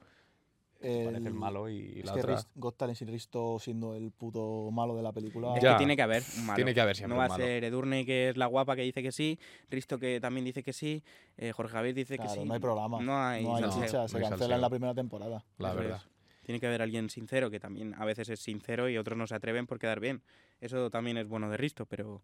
C: parece el
A: El-
C: malo y
A: Es
C: la
A: que
C: otra...
A: Rist- Got Talent sin Risto siendo el puto malo de la película.
B: Es
C: Ya.
B: que tiene que haber un malo.
C: Tiene que haber siempre
B: no va
C: un
B: a
C: malo.
B: ser Edurne, que es la guapa, que dice que sí, Risto, que también dice que sí, eh, Jorge Javier dice
A: Claro,
B: que sí.
A: no hay programa.
B: No hay,
A: No hay
C: no,
B: salseo.
A: chicha, se
C: no
A: cancela
C: hay salseo.
A: en la primera temporada.
C: La
B: Eso
C: verdad.
B: es. Tiene que haber alguien sincero, que también a veces es sincero y otros no se atreven por quedar bien. Eso también es bueno de Risto, pero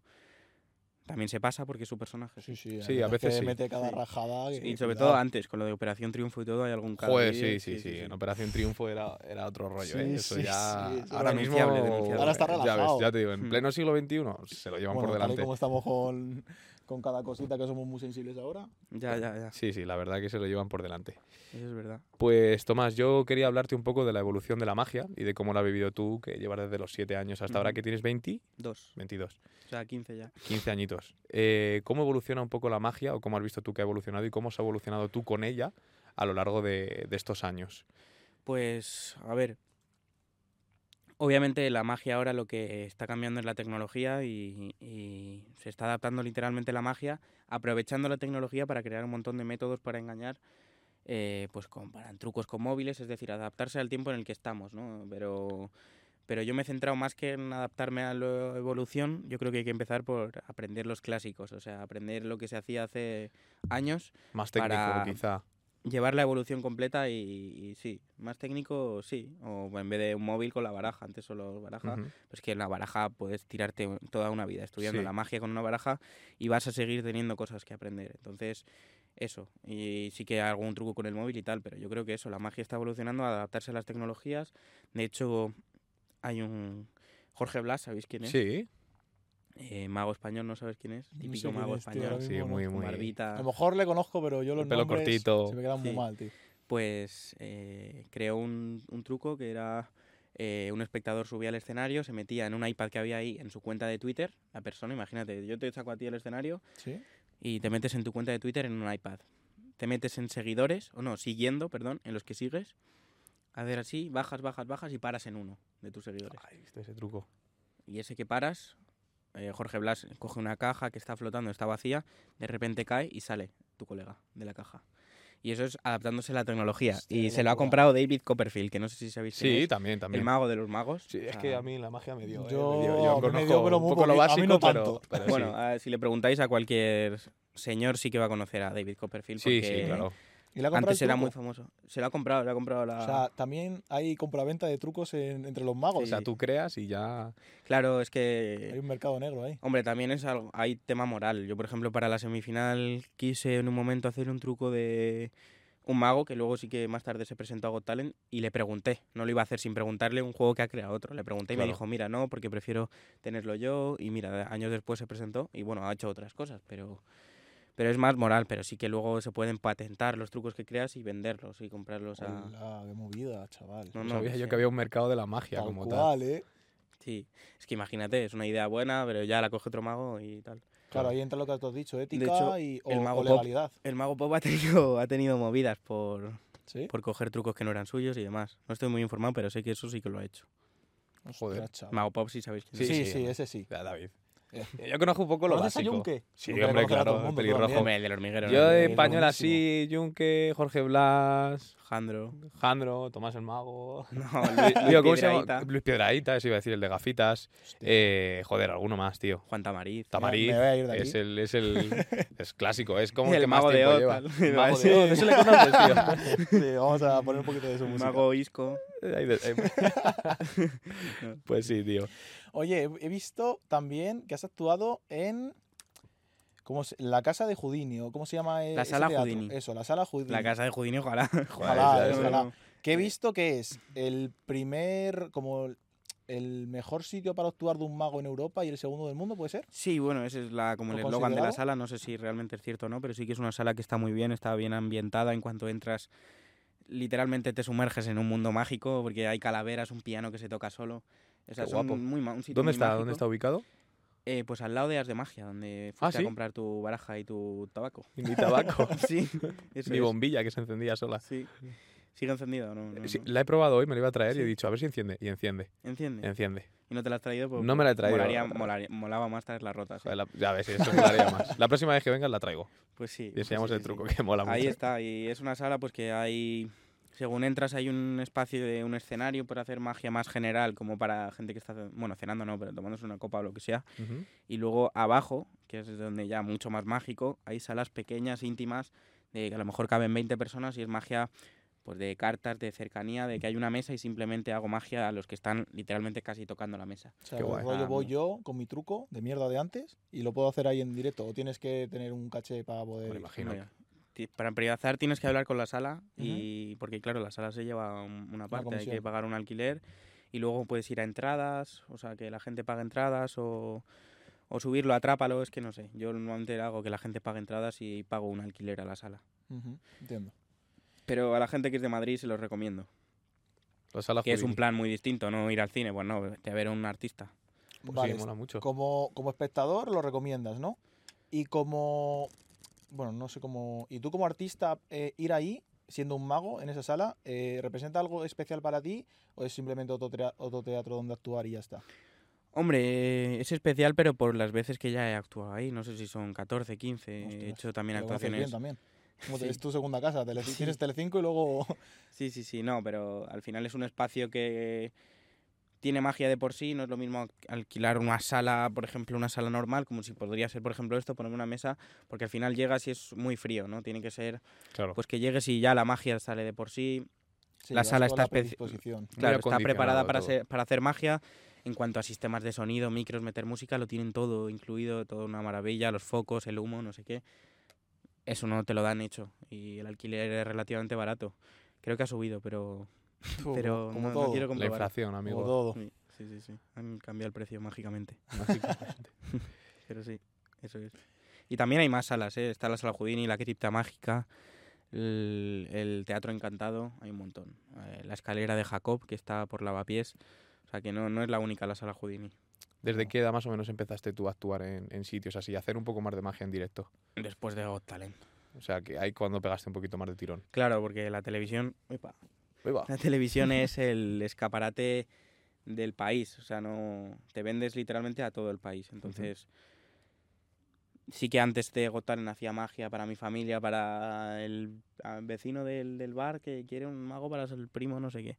B: también se pasa porque es su personaje.
A: Sí, sí, hay
C: Sí, a veces
A: que
C: sí.
A: mete cada
B: Pues Sí.
A: rajada. que-
B: Y sobre
A: eh, cuidado.
B: todo antes, con lo de Operación Triunfo y todo, hay algún caso.
C: Joder, sí, sí, sí, En Operación Triunfo era, era otro rollo,
A: Sí,
C: ¿eh? Eso
A: sí,
C: ya.
A: sí, eso
C: ahora
B: era
C: mismo.
B: denunciable, denunciable.
A: Ahora está
C: Ya ves,
A: relajado.
C: ya te digo, en
B: Hmm.
C: pleno siglo XXI se lo llevan
A: Bueno,
C: por
A: tal y
C: delante.
A: como estamos con, con cada cosita que somos muy sensibles ahora.
B: Ya, ya, ya.
C: Sí, sí, la verdad que se lo llevan por delante.
B: Eso es verdad.
C: Pues Tomás, yo quería hablarte un poco de la evolución de la magia y de cómo la has vivido tú, que llevas desde los 7 años hasta ahora
B: Ujú.
C: que tienes 20,
B: Dos.
C: 22,
B: O sea, 15 ya.
C: 15 añitos. Eh, ¿Cómo evoluciona un poco la magia o cómo has visto tú que ha evolucionado y cómo has evolucionado tú con ella a lo largo de, de estos años?
B: Pues, a ver. Obviamente la magia ahora lo que está cambiando es la tecnología y, y se está adaptando literalmente la magia, aprovechando la tecnología para crear un montón de métodos para engañar, eh, pues comparan trucos con móviles, es decir, adaptarse al tiempo en el que estamos, ¿no? Pero, pero yo me he centrado más que en adaptarme a la evolución, yo creo que hay que empezar por aprender los clásicos, o sea, aprender lo que se hacía hace años
C: Más técnico,
B: Para-
C: quizá.
B: llevar la evolución completa y, y sí, más técnico sí, o en vez de un móvil con la baraja, antes solo baraja,
C: Ujú.
B: pues que en la baraja puedes tirarte un- toda una vida estudiando
C: Sí.
B: la magia con una baraja y vas a seguir teniendo cosas que aprender. Entonces, eso, y sí que hay algún truco con el móvil y tal, pero yo creo que eso, la magia está evolucionando, a adaptarse a las tecnologías. De hecho, hay un... Jorge Blas, ¿sabéis quién es?
C: Sí,
B: Eh, mago español, ¿no sabes quién es?
A: No sé
B: Típico
A: quién
B: mago
A: es, tío, ahora
B: español.
A: mismo.
C: sí,
A: no,
C: muy,
B: con
C: muy.
A: A
B: barbita.
A: lo mejor le conozco, pero yo los
C: El pelo
A: nombres
C: cortito.
A: se me quedan muy
B: Sí.
A: mal, tío.
B: pues eh, creó un, un truco que era eh, un espectador subía al escenario, se metía en un iPad que había ahí en su cuenta de Twitter, la persona, imagínate, yo te saco a ti el escenario
A: ¿Sí?
B: y te metes en tu cuenta de Twitter en un iPad. Te metes en seguidores, o no, siguiendo, perdón, en los que sigues. Hacer así, bajas, bajas, bajas y paras en uno de tus seguidores.
C: Ay, ¿viste ese truco?
B: Y ese que paras, eh, Jorge Blas coge una caja que está flotando, está vacía, de repente cae y sale tu colega de la caja. Y eso es adaptándose a la tecnología.
A: Hostia,
B: y
A: qué
B: se lo ha
A: locura.
B: comprado David Copperfield, que no sé si sabéis quién
C: Sí,
B: es,
C: también,
B: el
C: también.
B: mago de los magos.
C: Sí,
B: O
C: es
B: sea,
C: que a mí la magia me dio. ¿eh?
A: Yo-
C: me dio,
A: a mí me
C: conozco
A: dio, pero
C: un
A: muy
C: poco lo
A: poquito, a
C: básico,
A: mí no
C: pero,
A: tanto.
C: pero
B: Bueno, ah, si le preguntáis a cualquier señor, sí que va a conocer a David
C: sí.
B: Copperfield.
C: Sí,
B: porque
C: sí, claro.
A: ¿Y le ha comprado
B: Antes
A: el
B: era muy
A: truco?
B: famoso. Se lo ha comprado, le ha comprado la...
A: O sea, también hay compraventa de trucos en- entre los magos.
C: O sea,
B: sí.
C: tú creas y ya.
B: claro, es
A: Hay
B: que...
A: un mercado negro ahí.
B: Hombre, también es algo, hay tema moral. Yo, por ejemplo, para la semifinal quise en un momento hacer un truco de un mago que luego sí que más tarde se presentó a Got Talent y le pregunté. No lo iba a hacer sin preguntarle un juego que ha creado otro. Le pregunté y me
C: Claro.
B: dijo, mira, no, porque prefiero tenerlo yo. Y mira, años después se presentó y bueno, ha hecho otras cosas, pero, pero es más moral. Pero sí que luego se pueden patentar los trucos que creas y venderlos y comprarlos a...
A: Hola, qué movida, chaval.
B: No,
C: No
B: no,
C: sabía
B: sí.
C: yo que había un mercado de la magia
A: Tal
C: como tal.
A: cual, ¿eh?
B: Sí, es que imagínate, es una idea buena, pero ya la coge otro mago y tal.
A: Claro,
C: Claro.
A: ahí entra lo que tú has dicho, ética
B: hecho,
A: y, o,
B: el mago
A: o
B: Pop-
A: legalidad.
B: El mago Pop ha tenido, ha tenido movidas por...
A: ¿Sí?
B: por coger trucos que no eran suyos y demás. No estoy muy informado, pero sé que eso sí que lo ha hecho.
C: Joder.
A: Ostras, chaval.
B: Mago Pop, si sabéis quién
A: Sí,
B: es.
A: sí,
C: sí, hombre.
A: ese sí.
C: Ya, David. Yo conozco un poco lo
A: ¿Conoces a
C: básico.
A: Yunque?
C: Sí,
A: Porque le
C: hombre,
A: conoces a todo
C: claro,
A: el mundo, tú
C: pelirrojo.
A: también.
B: Hombre, el del hormiguero.
C: Yo de
A: Buenísimo,
C: pañuelo
A: buenísimo.
C: así, Yunque, Jorge Blas,
B: Jandro.
C: Jandro, Tomás el Mago.
B: No, Luis, Luis
C: Tío, ¿cómo se llama?
B: Piedrahíta,
C: Luis Piedraíta, eso iba a decir, el de gafitas.
A: Hostia,
C: Eh, joder, alguno más, tío.
B: Juan Tamariz.
C: Tamariz.
A: me voy a ir de
C: es
A: aquí.
C: el, es el es clásico, es como el,
B: el
C: que
B: mago
C: más
B: de
C: tiempo
B: Oz.
C: lleva.
B: tal. Iba a
A: Mago de
B: decir.
A: Oz, ese le conoces, tío. Sí, vamos a poner un poquito de su música.
B: Mago Isco.
C: Ahí de- ahí- pues sí, tío.
A: Oye, he- he visto también que has actuado en ¿cómo se- la casa de Houdini o cómo se llama e-
B: La
A: ese
B: Sala
A: teatro?
B: Houdini.
A: Eso, la sala Houdini.
B: La casa de Houdini, ojalá.
A: Ojalá,
C: Joder,
A: es
C: esa-
A: ojalá.
B: No,
A: Que he visto que es el primer como el- el mejor sitio para actuar de un mago en Europa y el segundo del mundo, ¿puede ser?
B: Sí, bueno, ese es la, como el
A: ¿Lo
B: eslogan de la
A: considerado?
B: sala. No sé si realmente es cierto o no, pero sí que es una sala que está muy bien, está bien ambientada. En cuanto entras, literalmente te sumerges en un mundo mágico porque hay calaveras, un piano que se toca solo. O sea,
C: Qué
B: es
C: guapo.
B: un, muy ma- un sitio
C: ¿Dónde
B: muy
C: está?
B: mágico.
C: ¿Dónde está ubicado?
B: Eh, pues al lado de As de Magia, donde fuiste
C: Ah, ¿sí?
B: a comprar tu baraja y tu tabaco.
C: Y Mi tabaco.
B: sí, eso
C: Mi
B: es.
C: bombilla que se encendía sola.
B: Sí. ¿Sigue encendido o no? no,
C: Sí,
B: no.
C: La he probado hoy, me la iba a traer y he
B: Sí.
C: dicho, a ver si enciende. Y enciende,
B: ¿Enciende?
C: enciende.
B: ¿Y no te la has traído? Pues,
C: eh. No me la he traído.
B: molaría- molaría- molaba más traer la rota. sí.
C: Joder, la- ya ves, eso molaría más. La próxima vez que vengas la traigo.
B: Pues sí.
C: Y
B: pues
C: enseñamos
B: sí,
C: el
B: sí,
C: truco
B: sí.
C: que mola
B: Ahí
C: mucho.
B: está, y es una sala pues que hay, según entras hay un espacio de un escenario para hacer magia más general, como para gente que está, bueno, cenando no, pero tomándose una copa o lo que sea.
C: Ujú.
B: Y luego abajo, que es donde ya mucho más mágico, hay salas pequeñas, íntimas, de que a lo mejor caben 20 personas y es magia pues de cartas, de cercanía, de que hay una mesa y simplemente hago magia a los que están literalmente casi tocando la mesa.
A: O sea,
C: Qué
A: el
C: guay.
A: rollo
B: Ah,
A: voy
B: muy-
A: yo con mi truco de mierda de antes y lo puedo hacer ahí en directo. O tienes que tener un caché para poder.
C: Hombre,
A: ir.
C: imagino.
B: Hombre, ti- Para empezar tienes que hablar con la sala
A: Ujú.
B: y porque claro, la sala se lleva un- una parte, hay que
A: comisión.
B: pagar un alquiler y luego puedes ir a entradas, o sea, que la gente paga entradas o, o subirlo, atrápalo, es que no sé. Yo normalmente hago que la gente pague entradas y pago un alquiler a la sala.
A: Ujú, Entiendo.
B: Pero a la gente que es de Madrid se los recomiendo.
C: La sala
B: Que es un
C: Houdini.
B: plan muy distinto, no ir al cine, pues no, vete a ver a un artista.
C: Pues
A: Vale,
C: sí, mola mucho.
A: como, como espectador lo recomiendas, ¿no? Y como. Bueno, no sé cómo. Y tú como artista, eh, ir ahí, siendo un mago en esa sala, eh, ¿representa algo especial para ti o es simplemente otro, tea- otro teatro donde actuar y ya está?
B: Hombre, es especial, pero por las veces que ya he actuado ahí, no sé si son 14, 15, he
A: Ostras,
B: hecho también
A: Lo conoces bien también.
B: actuaciones.
A: Como te-
B: Sí.
A: Es tu segunda casa, tele,
B: Sí.
A: tienes Telecinco y luego.
B: Sí, sí, sí, no, pero al final es un espacio que tiene magia de por sí, no es lo mismo alquilar una sala, por ejemplo, una sala normal, como si podría ser, por ejemplo, esto, poner una mesa, porque al final llegas y es muy frío, ¿no? Tiene que ser,
C: Claro.
B: pues que llegues y ya la magia sale de por sí,
A: Sí,
B: La
A: vas
B: sala
A: con la
B: está especi-
A: predisposición.
C: Muy
B: claro, está preparada
C: acondicionado
B: para,
C: todo.
B: ser- para hacer magia. En cuanto a sistemas de sonido, micros, meter música, lo tienen todo incluido, todo una maravilla, los focos, el humo, no sé qué. Eso no te lo dan hecho y el alquiler es relativamente barato. Creo que ha subido, pero, pero
A: como
B: no, no
A: todo.
B: quiero
C: La
B: comprobar.
C: inflación,
A: Como
C: amigo.
A: todo.
B: Sí, sí, sí, sí. Han cambiado el precio mágicamente.
C: básicamente.
B: Pero sí, eso es. Y también hay más salas, ¿eh? Está la sala Houdini, la cripta mágica, el, el Teatro Encantado, hay un montón. Eh, la escalera de Jacob, que está por lavapiés. O sea que no, no es la única la sala Houdini.
C: ¿Desde qué edad más o menos empezaste tú a actuar en, en sitios así, a hacer un poco más de magia en directo?
B: Después de Got Talent.
C: O sea, que ahí cuando pegaste un poquito más de tirón.
B: Claro, porque la televisión. Epa,
C: Ahí va.
B: La televisión es el escaparate del país, o sea, no te vendes literalmente a todo el país. Entonces, sí que antes de Got Talent hacía magia para mi familia, para el ah, vecino del, del bar que quiere un mago para el primo, no sé qué.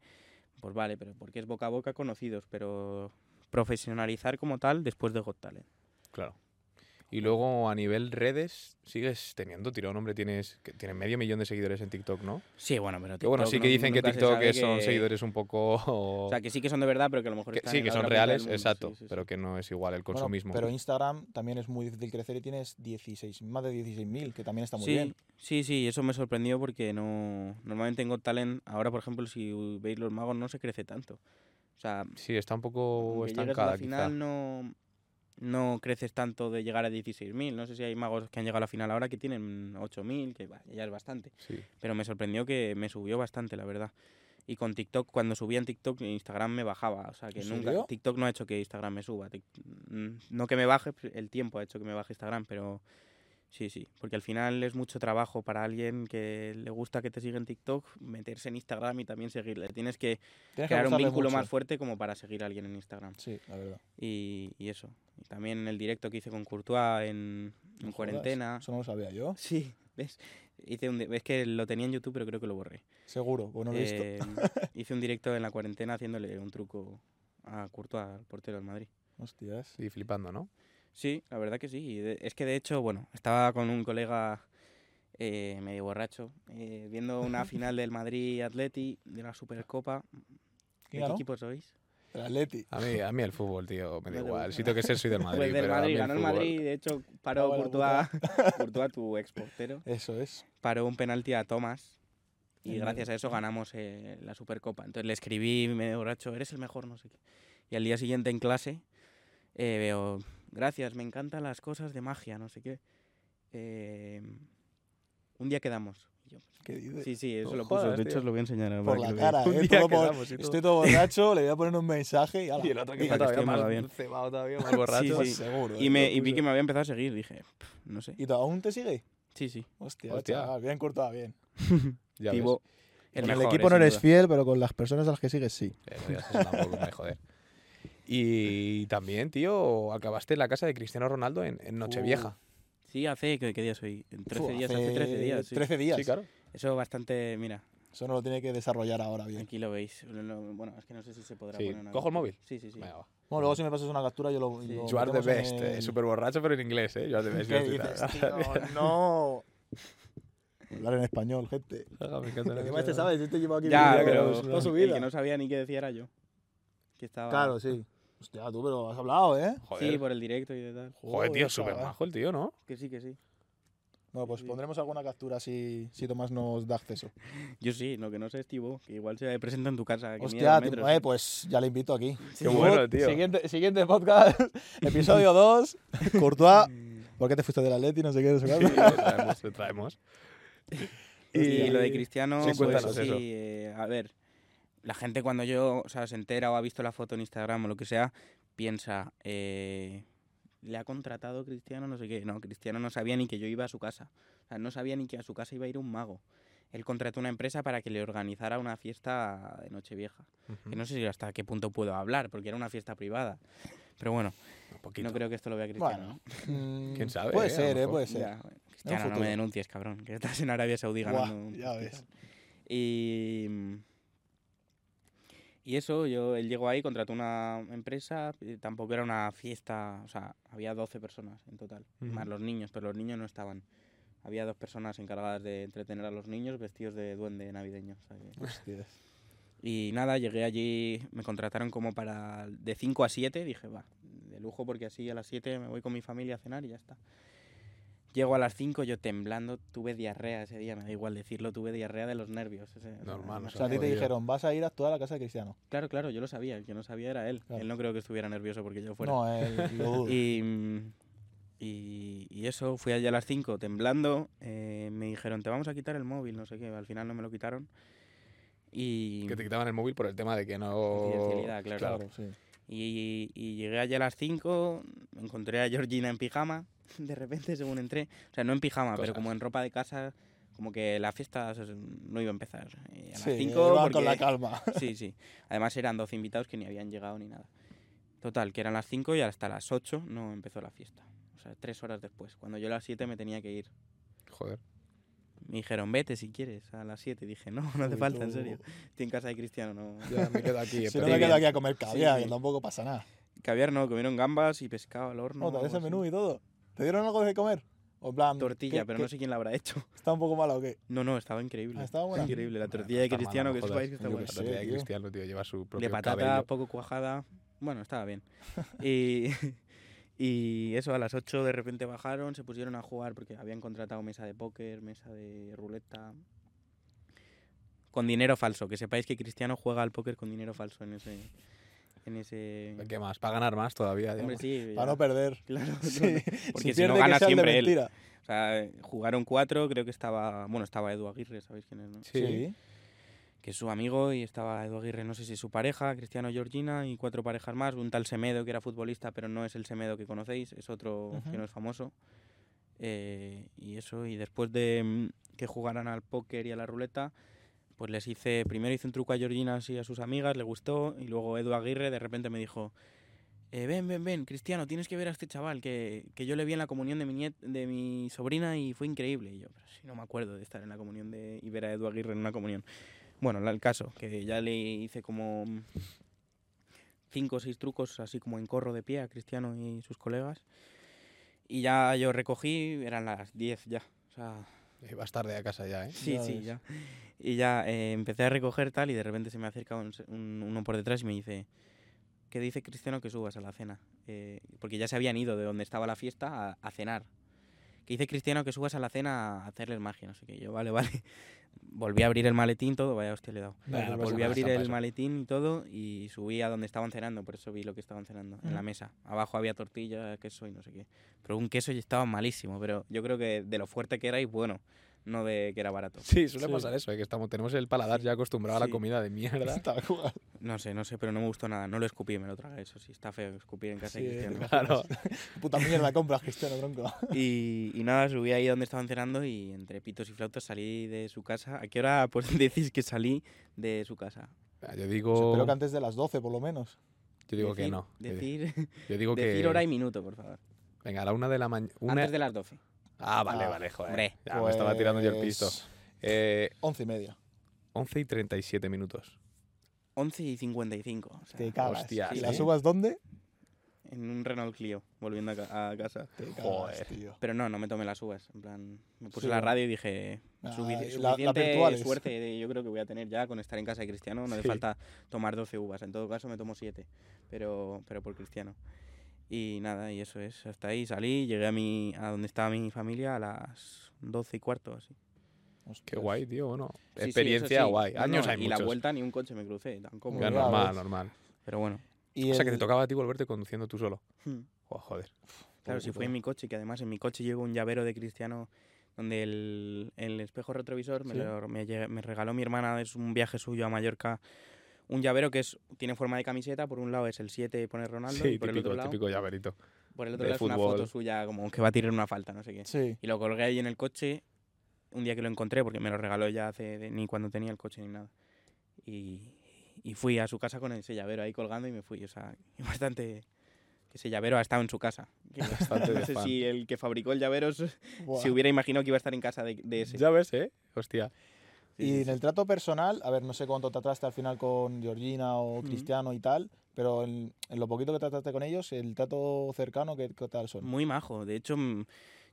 B: Pues vale, pero porque es boca a boca conocidos, pero profesionalizar como tal después de ¿eh? Got Talent.
C: Claro. Y luego a nivel redes, sigues teniendo tirón, hombre. Tienes, que- tienes medio millón de seguidores en TikTok, ¿no?
B: Sí, bueno, pero
C: Que bueno, sí
B: TikTok
C: que
B: no-
C: dicen que
B: nunca se
C: TikTok
B: sabe
C: son
B: que-
C: seguidores un poco.
B: O sea, que sí que son de verdad, pero que a lo mejor
C: que-
B: están
C: sí,
B: en
C: que
B: la
C: son
B: otra punta del
C: reales,
B: mundo. Sí,
C: exacto.
B: sí, sí.
C: Pero que no es igual el
A: Bueno,
C: consumismo.
A: pero Instagram también es muy difícil crecer y tienes 16, más de 16.000, que también está muy
B: sí,
A: bien.
B: Sí, sí, eso me sorprendió porque no normalmente en Got Talent, ahora por ejemplo, si veis los magos, no se crece tanto. O sea,
C: sí, está un
B: aunque
C: poco
B: llegues a
C: estancada,
B: la
C: quizá.
B: final no, no creces tanto de llegar a 16.000. No sé si hay magos que han llegado a la final ahora que tienen 8.000, que bah, ya es bastante.
C: Sí.
B: Pero me sorprendió que me subió bastante, la verdad. Y con TikTok, cuando subía en TikTok, Instagram me bajaba. O sea, que
A: ¿En
B: nunca.
A: serio?
B: TikTok pues, no ha hecho que Instagram me suba. Tik- mm, no que me baje, el tiempo ha hecho que me baje Instagram, pero Sí, sí, porque al final es mucho trabajo para alguien que le gusta que te siga en TikTok, meterse en Instagram y también seguirle. Tienes que
A: Tienes que
B: crear un
A: gustarle
B: vínculo
A: mucho.
B: más fuerte como para seguir a alguien en Instagram.
A: Sí, la verdad.
B: Y, y eso. Y también el directo que hice con Courtois en, en
A: No jodas,
B: cuarentena.
A: Eso no lo sabía yo.
B: Sí, ¿ves? Hice un, di- es que lo tenía en YouTube, pero creo que lo borré.
A: Seguro, pues no lo he visto.
B: Eh, hice un directo en la cuarentena haciéndole un truco a Courtois, al portero del Madrid.
A: Hostias.
C: Y flipando, ¿no?
B: Sí, la verdad que sí. y de- es que de hecho, bueno, estaba con un colega eh, medio borracho eh, viendo una final del Madrid-Atleti de la Supercopa. ¿De
A: ¿Quién
B: qué
A: ganó?
B: equipo sois?
A: El Atleti.
C: A mí, a mí el fútbol, tío, me da
B: No te
C: igual.
B: gusta.
C: Si tengo que ser, soy del Madrid.
B: pues del
C: pero a mí
B: Madrid,
C: el
B: ganó el
C: fútbol-
B: Madrid. De hecho, paró
A: Estaba la
B: Courtois, Courtois, tu ex portero,
A: Eso es.
B: paró un penalti a Tomás. Y
A: El
B: gracias a eso ganamos eh, la Supercopa. Entonces le escribí medio borracho, eres el mejor, no sé qué. Y al día siguiente en clase eh, veo, gracias, me encantan las cosas de magia, no sé qué. Eh, un día quedamos. Y yo,
A: ¿Qué dices?
B: Sí, sí, eso
C: No
B: lo puso.
C: jodas,
B: de hecho,
C: tío.
B: os lo voy a enseñar. ahora
A: Por
B: para
A: la
B: que lo
A: cara,
B: veáis.
A: eh,
C: Un día
A: todo por-
C: quedamos y todo.
A: Estoy todo borracho, le voy a poner un mensaje y ala.
C: Y el otro que
A: Digo,
C: está
B: que
C: todavía
B: estoy
C: más
B: malo bien.
C: cebado, todavía más borracho.
B: sí.
A: Seguro.
B: Y,
A: eh,
B: me,
A: lo
B: y vi
A: puso.
B: que me había empezado a seguir. Dije, "Pf, no sé.
A: ¿Y tú aún te sigue?
B: Sí, sí.
A: Hostia,
C: Hostia.
A: chaval, bien cortado, bien.
C: Ya ves.
B: Tibo,
A: con el
B: mejor,
A: equipo
B: eh,
A: no
B: sin
A: eres
B: duda.
A: fiel, pero con las personas a las que sigues sí.
C: Pero ya eso tampoco me joder. Y también, tío, acabaste en la casa de Cristiano Ronaldo en, en Nochevieja.
B: Sí, hace. ¿Qué, qué día soy? En 13
A: Fu,
B: días, hace 13 días. sí.
A: 13 días.
C: sí, claro.
B: Eso bastante. Mira,
A: Eso no lo tiene que desarrollar ahora bien.
B: aquí lo veis. Lo- lo- Bueno, es que no sé si se podrá
C: Sí.
B: poner. una-
C: ¿Cojo el móvil?
B: Sí, sí, sí.
C: Venga, va.
A: Bueno, luego si me pasas una captura yo lo...
B: Sí.
A: lo
C: You are the
A: metemos en
C: best.
A: el-
C: eh, Súper borracho, pero en inglés, ¿eh? You are the best.
A: ¿Qué
C: you are the
A: dices,
C: best.
A: tío? No. Hablar en español, gente.
C: Me encanta la
A: Además,
C: cosa.
A: te sabes, yo te llevo aquí
B: Ya,
A: viviendo
B: pero
A: toda su
B: el
A: vida.
B: que no sabía ni qué decía era yo. Que estaba.
A: Claro, sí. Hostia, tú, pero has hablado, ¿eh?
C: Joder,
B: Sí, pues, por el directo y de tal.
C: joder, tío,
A: Joder,
C: súper
A: chaval.
C: majo el tío, ¿no?
B: Que sí, que sí.
A: No, pues
B: Sí.
A: pondremos alguna captura si, si Tomás nos da acceso.
B: Yo sí, lo que no sé es Tibo, que igual se presenta en tu casa. Que mide
A: Hostia,
B: dos
A: tipo,
B: metros.
A: eh, pues ya le invito aquí.
C: Qué bueno, tío.
A: Siguiente, siguiente podcast, episodio 2, Courtois.
C: Mm.
A: ¿Por qué te fuiste del Atleti? No sé qué, no sé cuánto.
C: Lo traemos, lo traemos.
B: Y lo de
A: Cristiano.
B: Cristiano,
C: Sí,
B: pues,
C: cuéntanos
B: sí,
C: eso.
B: eh, a ver, la gente cuando yo, o sea, se entera o ha visto la foto en Instagram o lo que sea, piensa, eh, le ha contratado Cristiano, no sé qué. No, Cristiano no sabía ni que yo iba a su casa. O sea, no sabía ni que a su casa iba a ir un mago. Él contrató una empresa para que le organizara una fiesta de Nochevieja. Que
C: Ujú.
B: no sé si hasta qué punto puedo hablar, porque era una fiesta privada. Pero bueno,
C: Un poquito.
B: no creo que esto lo vea Cristiano.
A: Bueno,
B: ¿no?
A: ¿Quién
C: sabe,
A: Puede
C: eh, a lo
A: ser, eh,
C: mejor.
A: puede ser.
B: Ya, bueno, Cristiano, no
A: futuro.
B: me denuncies, cabrón, que estás en Arabia Saudí
A: Buah,
B: ganando. un
A: ya
B: mundial.
A: ves.
B: Y, y eso, yo, él llegó ahí, contrató una empresa, eh, tampoco era una fiesta, o sea, había 12 personas en total, más
C: Ujú.
B: los niños, pero los niños no estaban. Había dos personas encargadas de entretener a los niños vestidos de duende navideño. o sea que-
A: Hostias.
B: Y nada, llegué allí, me contrataron como para de 5 a 7, dije, va, de lujo porque así a las 7 me voy con mi familia a cenar y ya está. Llego a las 5 yo temblando, tuve diarrea ese día, me da igual decirlo, tuve diarrea de los nervios. ese-
C: Normal,
B: me
C: o
A: O sea, a ti te
C: Jodido.
A: dijeron, vas a ir a actuar a la casa de Cristiano.
B: Claro, claro, yo lo sabía. El que no sabía era él.
A: Claro.
B: Él no creo que estuviera nervioso porque yo fuera.
A: No, el, lo dudo.
B: Y, mm, y, y eso, fui allá a las 5 temblando. eh, me dijeron, te vamos a quitar el móvil, no sé qué. Al final no me lo quitaron. Y,
C: Que te quitaban el móvil por el tema de que no.
B: Confidencialidad, claro.
A: Claro, sí.
B: y, y llegué allá a las 5. Encontré a Georgina en pijama. De repente, según entré. O sea, no en pijama, pero
C: Cosas.
B: como en ropa de casa. Como que la fiesta o sea, no iba a empezar. Y a las
A: Sí,
B: 5.
A: iban con la calma.
B: Sí, sí. Además eran 12 invitados que ni habían llegado ni nada. Total, que eran las 5 y hasta las 8 no empezó la fiesta. O sea, tres horas después. Cuando yo a las 7 me tenía que ir.
C: Joder.
B: Me dijeron, vete si quieres, a las 7. Dije, no, no hace
A: Uy,
B: falta, en
A: tú.
B: serio. Estoy en casa de Cristiano, no.
C: Ya me quedo aquí.
A: Si no
C: espera.
A: me
B: bien.
A: quedo aquí a comer caviar,
B: Sí, sí.
A: que tampoco pasa nada.
B: Caviar no, comieron gambas y pescado al horno.
A: No, te
B: algo
A: ves el
B: así.
A: menú y todo. ¿Te dieron algo de comer? O en plan,
B: Tortilla,
A: Mm, ¿qué-
B: pero
A: qué-
B: no sé quién la habrá hecho.
A: ¿Está un poco mala o qué?
B: No, no, estaba increíble.
A: Ah, estaba buena.
B: Increíble, la
C: Bueno,
B: tortilla de
C: está mala,
B: Cristiano,
C: no
B: que
C: jodas.
B: sepáis que
C: Yo
B: está
A: Yo
B: buena.
C: La
A: sé,
C: tortilla de
A: tío.
C: Cristiano, tío, lleva su propio
B: de patata pues,
C: cabello.
B: poco cuajada. Bueno, estaba bien. Y, y eso, a las 8 de repente bajaron, se pusieron a jugar porque habían contratado mesa de póker, mesa de ruleta. Con dinero falso, que sepáis que Cristiano juega al póker con dinero falso en ese. En ese...
C: ¿Qué más? ¿Para ganar más todavía?
B: Hombre,
C: digamos?
B: sí.
A: Para
B: ya.
A: no perder.
B: Claro, no,
A: Sí,
B: no.
A: si
B: Porque si,
A: pierde,
B: no
A: que
B: gana
A: sea el de
B: siempre él.
A: mentira.
B: O sea, jugaron cuatro, creo que estaba. Bueno, estaba Edu Aguirre, ¿sabéis quién es? no?
C: Sí.
A: Sí.
B: que es su amigo y estaba Edu Aguirre, no sé si su pareja, Cristiano Georgina y cuatro parejas más, un tal Semedo que era futbolista pero no es el Semedo que conocéis, es otro que
A: Ujú.
B: no es famoso, eh, y eso, y después de mm, que jugaran al póker y a la ruleta, pues les hice, primero hice un truco a Georgina así a sus amigas, le gustó, y luego Edu Aguirre de repente me dijo, eh, ven, ven, ven, Cristiano, tienes que ver a este chaval, que, que yo le vi en la comunión de mi, niet- de mi sobrina y fue increíble. Y yo, pero si no me acuerdo de estar en la comunión de, y ver a Edu Aguirre en una comunión. Bueno, la- el caso, que ya le hice como mm, cinco o seis trucos así como en corro de pie a Cristiano y sus colegas. Y ya yo recogí, eran las 10 ya. O sea,
C: Eh, Vas tarde a casa ya, ¿eh?
B: sí,
A: Ya
B: sí,
A: ves.
B: ya. Y ya eh, empecé a recoger tal y de repente se me acerca un se- un- uno por detrás y me dice, ¿qué dice Cristiano que subas a la cena? Eh, porque ya se habían ido de donde estaba la fiesta a, a cenar. Que dice Cristiano que subas a la cena a hacerles magia, no sé qué. Yo, vale, vale. Volví a abrir el maletín, todo, vaya hostia le he dado.
A: Vale,
C: no
A: pasa
B: Volví
C: nada,
B: a abrir
C: está
B: el
C: paso.
B: maletín y todo y subí a donde estaban cenando, por eso vi lo que estaban cenando, en la
A: Mm.
B: mesa. Abajo había tortilla, queso y no sé qué. Pero un queso ya estaba malísimo, pero yo creo que de lo fuerte que era y bueno, no de que era barato.
C: Sí, suele
A: Sí.
C: pasar eso, ¿eh? que estamos, tenemos el paladar ya acostumbrado a la
B: Sí.
C: comida de mierda.
A: Tal cual.
B: No sé, no sé, pero no me gustó nada. No lo escupí, me lo tragué, eso sí. Está feo escupir en casa de
A: Sí,
B: Cristiano.
C: Claro.
A: Puta mierda compras, Cristiano, tronco.
B: Y, y nada, subí ahí donde estaban cenando y entre pitos y flautas salí de su casa. ¿A qué hora pues, decís que salí de su casa?
C: Yo
A: Pues
C: digo,
B: Oh.
A: espero que antes de las 12, por lo menos.
C: yo digo que
B: Decir-
C: no. Yo di-
B: Decir,
C: Yo digo que.
B: decir hora y minuto, por favor.
C: Venga, a la una de la mañana.
B: Antes de las 12.
C: Ah, vale,
A: Ah,
C: vale, joder.
B: hombre.
C: Ya, me estaba tirando yo el
A: Pues,
C: pisto. Eh,
A: 11 y media.
C: 11 y 37 minutos.
B: 11 y 55. o sea,
A: Te cagas.
C: hostias,
A: ¿Y
B: ¿eh?
A: las uvas dónde?
B: en un Renault Clio, volviendo a, ca- a casa.
A: Te cagas,
C: Joder.
A: tío.
B: Pero no, no me tomé las uvas. En plan, me puse
A: Sí,
B: la
A: bueno.
B: radio y dije,
A: Ah,
B: "Sufici-
A: y la- las
B: suficiente
A: virtuales".
B: suerte de- yo creo que voy a tener ya con estar en casa de Cristiano. No
C: Sí.
B: hace falta tomar 12 uvas. En todo caso me tomo 7, pero, pero por Cristiano. Y nada, y eso es. Hasta ahí salí, llegué a, mi, a donde estaba mi familia a las 12 y cuarto, así.
C: Qué
A: Hostias.
C: guay, tío, bueno.
B: Sí, sí, eso
C: Experiencia
B: sí.
C: guay.
B: No, no,
C: Años hay
B: Y la
C: muchos.
B: vuelta ni un coche me crucé, tampoco.
C: Ya,
A: Ya
C: normal,
A: ves.
C: normal.
B: Pero bueno.
A: Y
C: o sea, que
A: el-
C: te tocaba a ti volverte conduciendo tú solo.
B: hmm.
C: Oh, joder.
B: Claro, si fue en mi coche, que además en mi coche llevo un llavero de Cristiano donde el, el espejo retrovisor me,
A: Sí.
B: lo- me lle- me regaló mi hermana, es un viaje suyo a Mallorca, un llavero que es, tiene forma de camiseta, por un lado es el 7 pone Ronaldo, y
C: Sí,
B: por,
C: típico,
B: el otro lado,
C: típico llaverito.
B: por el otro
C: de
B: lado es una
C: fútbol.
B: foto suya como que va a tirar una falta, no sé qué.
A: Sí.
B: Y lo colgué ahí en el coche un día que lo encontré, porque me lo regaló ya hace de- ni cuando tenía el coche ni nada. Y, y fui a su casa con ese llavero ahí colgando y me fui. O sea, bastante. que Ese llavero ha estado en su casa. Que no-
C: Bastante de
B: no sé
C: fan.
B: si el que fabricó el llavero se
A: Buah.
B: se hubiera imaginado que iba a estar en casa de, de ese.
C: Ya ves, ¿eh? Hostia.
B: Sí,
A: y
B: sí,
A: en
B: sí.
A: el trato personal, a ver, no sé cuánto trataste al final con Georgina o
B: Ujú.
A: Cristiano y tal, pero en, en lo poquito que trataste con ellos, el trato cercano, ¿qué, qué tal son?
B: Muy majo. De hecho, mm,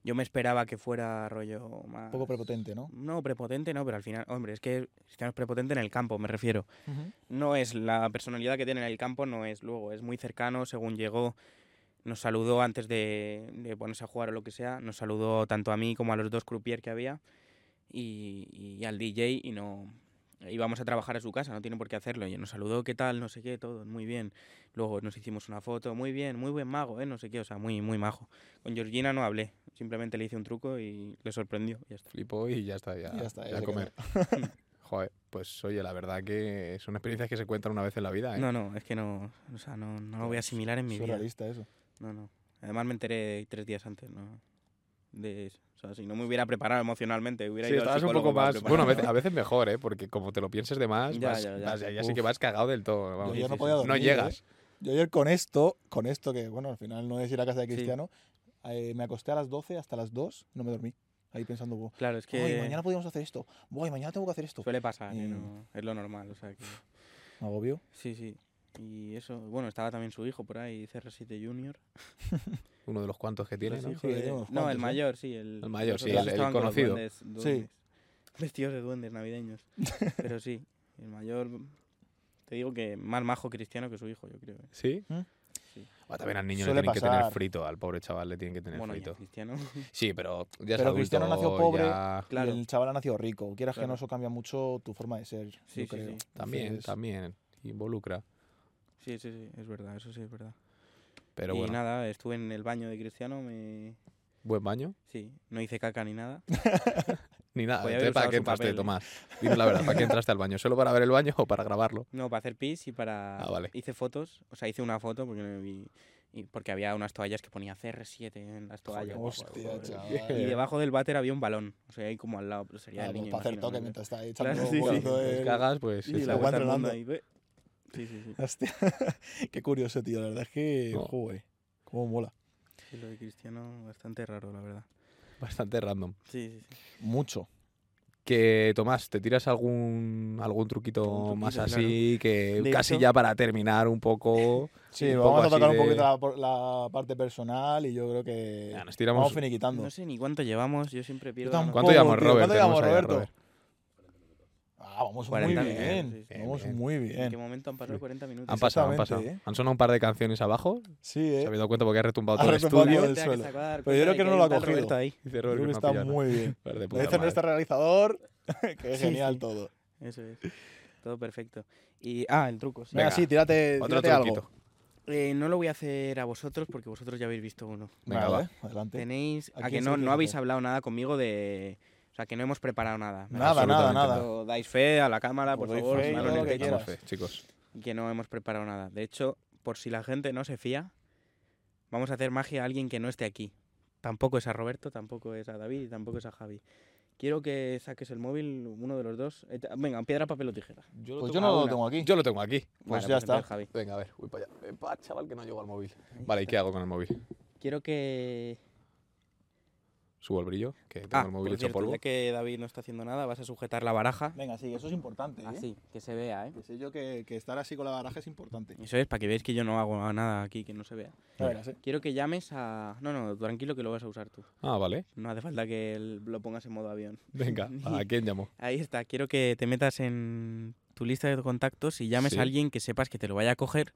B: yo me esperaba que fuera rollo más.
A: Un poco prepotente, ¿no?
B: No, prepotente no, pero al final, hombre, es que Cristiano es prepotente en el campo, me refiero.
A: Ujú.
B: no es la personalidad que tiene en el campo, no es luego, es muy cercano, según llegó, nos saludó antes de, de ponerse a jugar o lo que sea, nos saludó tanto a mí como a los dos croupier que había y, y al DJ y no íbamos a trabajar a su casa, no tiene por qué hacerlo, y nos saludó, qué tal, no sé qué, todo, muy bien. Luego nos hicimos una foto, muy bien, muy buen mago, eh, no sé qué, o sea, muy, muy majo. Con Georgina no hablé, simplemente le hice un truco y le sorprendió, y ya está.
C: Flipó y ya está, ya,
A: Y ya está, ya
C: ya
A: se
C: comer. Joder, pues oye, la verdad que son experiencias que se cuentan una vez en la vida, ¿eh?
B: No, no, es que no, o sea, no, no lo voy a asimilar en mi vida.
A: Surrealista eso.
B: No, no. Además me enteré tres días antes, ¿no? De eso. O sea, si no me hubiera preparado emocionalmente, hubiera
C: Sí,
B: ido al
C: estabas un
B: psicólogo
C: poco
B: para
C: más. Bueno, a veces,
B: prepararme.
C: a veces mejor, ¿eh? Porque como te lo pienses de más,
B: Ya,
C: vas,
B: ya, ya.
C: vas- ahí así
B: Uf.
C: que vas cagado del todo. vamos.
A: Yo ayer
B: sí,
A: no
B: sí,
A: podía
B: sí.
A: dormir.
C: no
A: ¿eh?
C: llegas.
A: Yo ayer con esto, con esto que, bueno, al final no es ir a casa de
B: Sí.
A: Cristiano, eh, me acosté a las 12 hasta las 2, no me dormí. Ahí pensando, "Buah,
B: Claro, es que
A: "Ay, mañana podíamos hacer esto, Buah, mañana tengo que hacer esto.
B: suele pasar, ¿eh?
A: Mm.
B: No, es lo normal, o sea que...
A: Me agobio.
B: Sí, sí. Y eso, bueno, estaba también su hijo por ahí, CR7 Junior.
C: Uno de los cuantos que tiene,
B: Los
C: ¿no?
B: hijos
A: Sí,
B: de-
A: tiene unos
B: No, el
A: cuantos, ¿eh?
B: mayor, sí. El,
C: El mayor,
B: los
C: sí,
B: otros
C: el- el
B: estaban con los
C: conocido.
B: duendes, duendes. Vestidos de duendes navideños. Pero sí, el mayor, te digo que más majo cristiano que su hijo, yo creo. ¿eh?
C: ¿Sí?
A: ¿Mm?
B: Sí.
C: O también al niño
A: Suele
C: le tienen que tener
A: pasar.
C: frito, al pobre chaval le tienen que tener
B: Bueno, y a
C: frito.
B: cristiano...
C: Sí, pero ya es
A: Pero
C: adulto,
A: Cristiano nació pobre.
C: ya-
A: Y
B: Claro.
A: el chaval ha nacido rico. Quieras que
B: Claro.
A: no, eso cambia mucho tu forma de ser.
B: Sí,
A: yo
B: sí,
A: creo.
B: sí.
C: También,
A: Entonces,
C: también. Involucra.
B: Sí, sí, sí, es verdad, eso sí es verdad.
C: Pero
B: y
C: bueno,
B: nada, estuve en el baño de Cristiano, me...
C: buen baño.
B: Sí, no hice caca ni nada.
C: ni nada. Entonces,
B: Podía haber
C: ¿Para
B: usado
C: qué
B: su
C: entraste,
B: papel.
C: Tomás? Dime la verdad, ¿para qué entraste al baño? ¿Solo para ver el baño o para grabarlo?
B: No, para hacer pis y para...
C: Ah, vale.
B: Hice fotos, o sea, hice una foto porque, me vi- y porque había unas toallas que ponía CR7 en las toallas.
D: Hostia,
B: Y
A: Eh.
D: chaval.
B: debajo del váter había un balón, o sea, ahí como al lado, pero sería
D: Ah,
B: del
D: pues
B: niño,
D: para hacer
B: imagino,
D: toque
B: no sé.
D: mientras está ahí
B: Claro,
D: echando
B: sí, sí.
D: volando
C: Pues
A: eh.
D: el-
C: cagas, pues. sí,
B: Y la
C: sí.
D: vuelta
B: vuelta al mundo
D: entrenando.
B: ahí, ve. Sí, sí, sí.
A: Hostia, qué curioso, tío. La verdad es que,
C: No.
A: joder, cómo mola.
B: Sí, Lo de Cristiano, bastante raro, la verdad.
C: Bastante random.
B: Sí, sí, sí.
A: Mucho.
C: Que, Tomás, ¿te tiras algún, algún truquito
B: Algún
C: más
B: truquito,
C: así? Que
B: De
C: casi
B: hecho-
C: ya para terminar un poco.
A: Sí,
C: un poco
A: vamos a
C: así
A: tocar un
C: de-
A: poquito la, por- la parte personal y yo creo que
C: Ya, nos
A: vamos
C: tiramos.
A: finiquitando.
B: No sé ni cuánto llevamos, yo siempre pierdo.
A: tampoco.
C: ¿Cuánto llevamos,
A: tío,
C: Robert?
A: ¿cuánto
C: Tenemos
A: llevamos,
C: ahí a
A: Roberto? Ah, vamos muy
B: 40
A: bien.
B: minutos, sí,
C: sí.
A: vamos
C: Bien, bien.
A: muy
B: ¿En qué
A: bien.
B: momento han pasado 40 minutos?
C: Han pasado, han pasado.
A: Exactamente, ¿eh?
C: Han sonado un par de canciones abajo.
A: Sí,
C: Se
A: eh.
C: habéis dado cuenta porque ha retumbado
A: Ha
C: todo
A: retumbado
C: el
A: todo
C: estudio.
A: el suelo. Pero yo creo que no lo ha cogido.
C: Dice
A: Creo
C: Robert
A: que
C: que no ha
A: está
C: pillado nada.
A: muy bien.
C: Joder, de
A: Lo
C: puta
A: dice
C: madre.
A: nuestro realizador, que es
B: Sí,
A: genial
B: sí.
A: todo.
B: Eso es. Todo perfecto. Y, ah, el truco. sí.
A: Venga,
C: Venga,
A: sí, tírate,
C: Otro
A: tírate algo.
C: truquito.
B: Eh, no lo voy a hacer a vosotros porque vosotros ya habéis visto uno.
C: Venga,
A: Vale, adelante.
B: Tenéis.
A: ¿A
B: A, que
A: quién se
B: no,
A: lo
B: no
A: quieres
B: habéis
A: hacer?
B: hablado nada conmigo de. O sea, que no hemos preparado nada. ¿vale?
A: Nada, nada,
C: absolutamente
A: nada.
B: Lo dais fe a la cámara, por
A: Os doy
B: favor.
A: fe y
B: manos
A: todo lo
B: en
A: que
B: el
C: Damos
A: quieras.
C: fe, eh, chicos.
B: techo, que no hemos preparado nada. De hecho, por si la gente no se fía, vamos a hacer magia a alguien que no esté aquí. Tampoco es a Roberto, tampoco es a David y tampoco es a Javi. Quiero que saques el móvil, uno de los dos. Eh, ta- Venga, piedra, papel o tijera.
A: Pues yo no lo
B: una.
A: tengo aquí.
C: Yo lo tengo aquí.
A: Pues
B: Vale,
A: ya
B: entonces
A: está.
B: Javi.
C: Venga, a ver, voy para allá. Epa, chaval, que no llego al móvil.
B: Ahí
C: Vale, ¿y
B: está.
C: qué hago con el móvil?
B: Quiero que.
C: Subo el brillo, que tengo
B: Ah,
C: el móvil
B: por
C: hecho
B: cierto,
C: polvo.
B: ya que David no está haciendo nada, vas a sujetar la baraja.
A: Venga, sí, eso es importante. ¿eh?
B: Así, Ah, que se vea, ¿eh?
A: Que sé yo que, que estar así con la baraja es importante.
B: Eso es, para que veáis que yo no hago nada aquí, que no se vea.
A: Ya verás, ¿eh?
B: Quiero que llames a. No, no, tranquilo que lo vas a usar tú.
C: Ah, vale.
B: No hace falta que el- lo pongas en modo avión.
C: Venga, ¿a quién llamo?
B: Ahí está, quiero que te metas en tu lista de contactos y llames
C: Sí.
B: a alguien que sepas que te lo vaya a coger,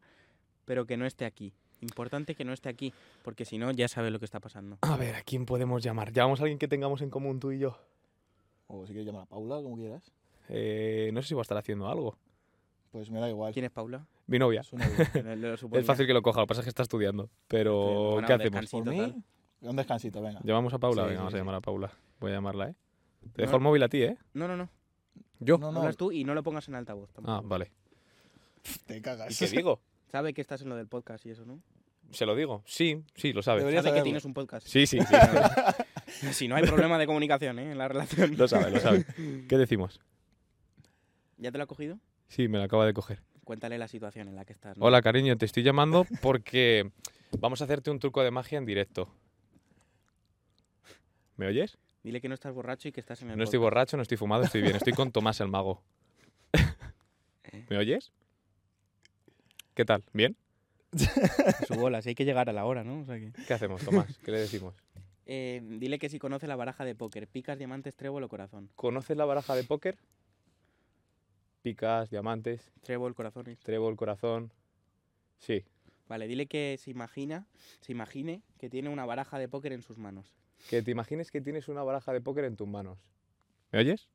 B: pero que no esté aquí. Importante que no esté aquí, porque si no, ya sabes lo que está pasando.
C: A ver, ¿a quién podemos llamar? ¿Llamamos a alguien que tengamos en común tú y yo?
A: O si quieres llamar a Paula, como quieras.
C: Eh, no sé si va a estar haciendo algo.
A: Pues me da igual.
B: ¿Quién es Paula?
C: Mi novia.
A: Su novio.
B: Lo- lo suponía.
C: Es fácil que lo coja, lo que pasa es que está estudiando. Pero,
B: Bueno,
C: ¿qué hacemos?
B: descansa. Sí,
A: Por
B: total.
A: mí, un descansito, venga.
C: ¿Llamamos a Paula?
B: Sí,
C: Venga,
B: sí,
C: vamos a
B: sí.
C: llamar a Paula. Voy a llamarla, ¿eh? Te
B: No.
C: dejo el móvil a ti, ¿eh?
B: No, no, no.
C: Yo.
A: No, no,
B: Hablas tú y no lo pongas en altavoz.
C: Ah,
B: tampoco.
C: vale.
A: te cagas.
C: ¿Y qué digo?
B: Sabe que estás en lo del podcast y eso, ¿no?
C: ¿Se lo digo? Sí, sí, lo sabes.
A: Debería-
B: Sabe que
A: saberlo.
B: tienes un podcast.
C: Sí, sí, sí.
B: Si no hay problema de comunicación, ¿eh? En la relación.
C: lo sabe, lo sabe. ¿Qué decimos?
B: ¿Ya te lo ha cogido?
C: Sí, me lo acaba de coger.
B: Cuéntale la situación en la que estás. ¿no?
C: Hola, cariño, te estoy llamando porque vamos a hacerte un truco de magia en directo. ¿Me oyes?
B: Dile que no estás borracho y que estás en el
C: No estoy
B: podcast.
C: borracho, no estoy fumado, estoy bien. Estoy con Tomás el mago. ¿Me oyes? ¿Qué tal? ¿Bien?
B: Su bola, si hay que llegar a la hora, ¿no? O sea que...
C: ¿Qué hacemos, Tomás? ¿Qué le decimos?
B: Eh, dile que si conoce la baraja de póker, picas, diamantes, trébol o corazón.
C: ¿Conoces la baraja de póker? Picas, diamantes,
B: Trébol, corazones.
C: trébol, corazón. Sí.
B: Vale, dile que se imagina, se imagine que tiene una baraja de póker en sus manos.
C: Que te imagines que tienes una baraja de póker en tus manos. ¿Me oyes?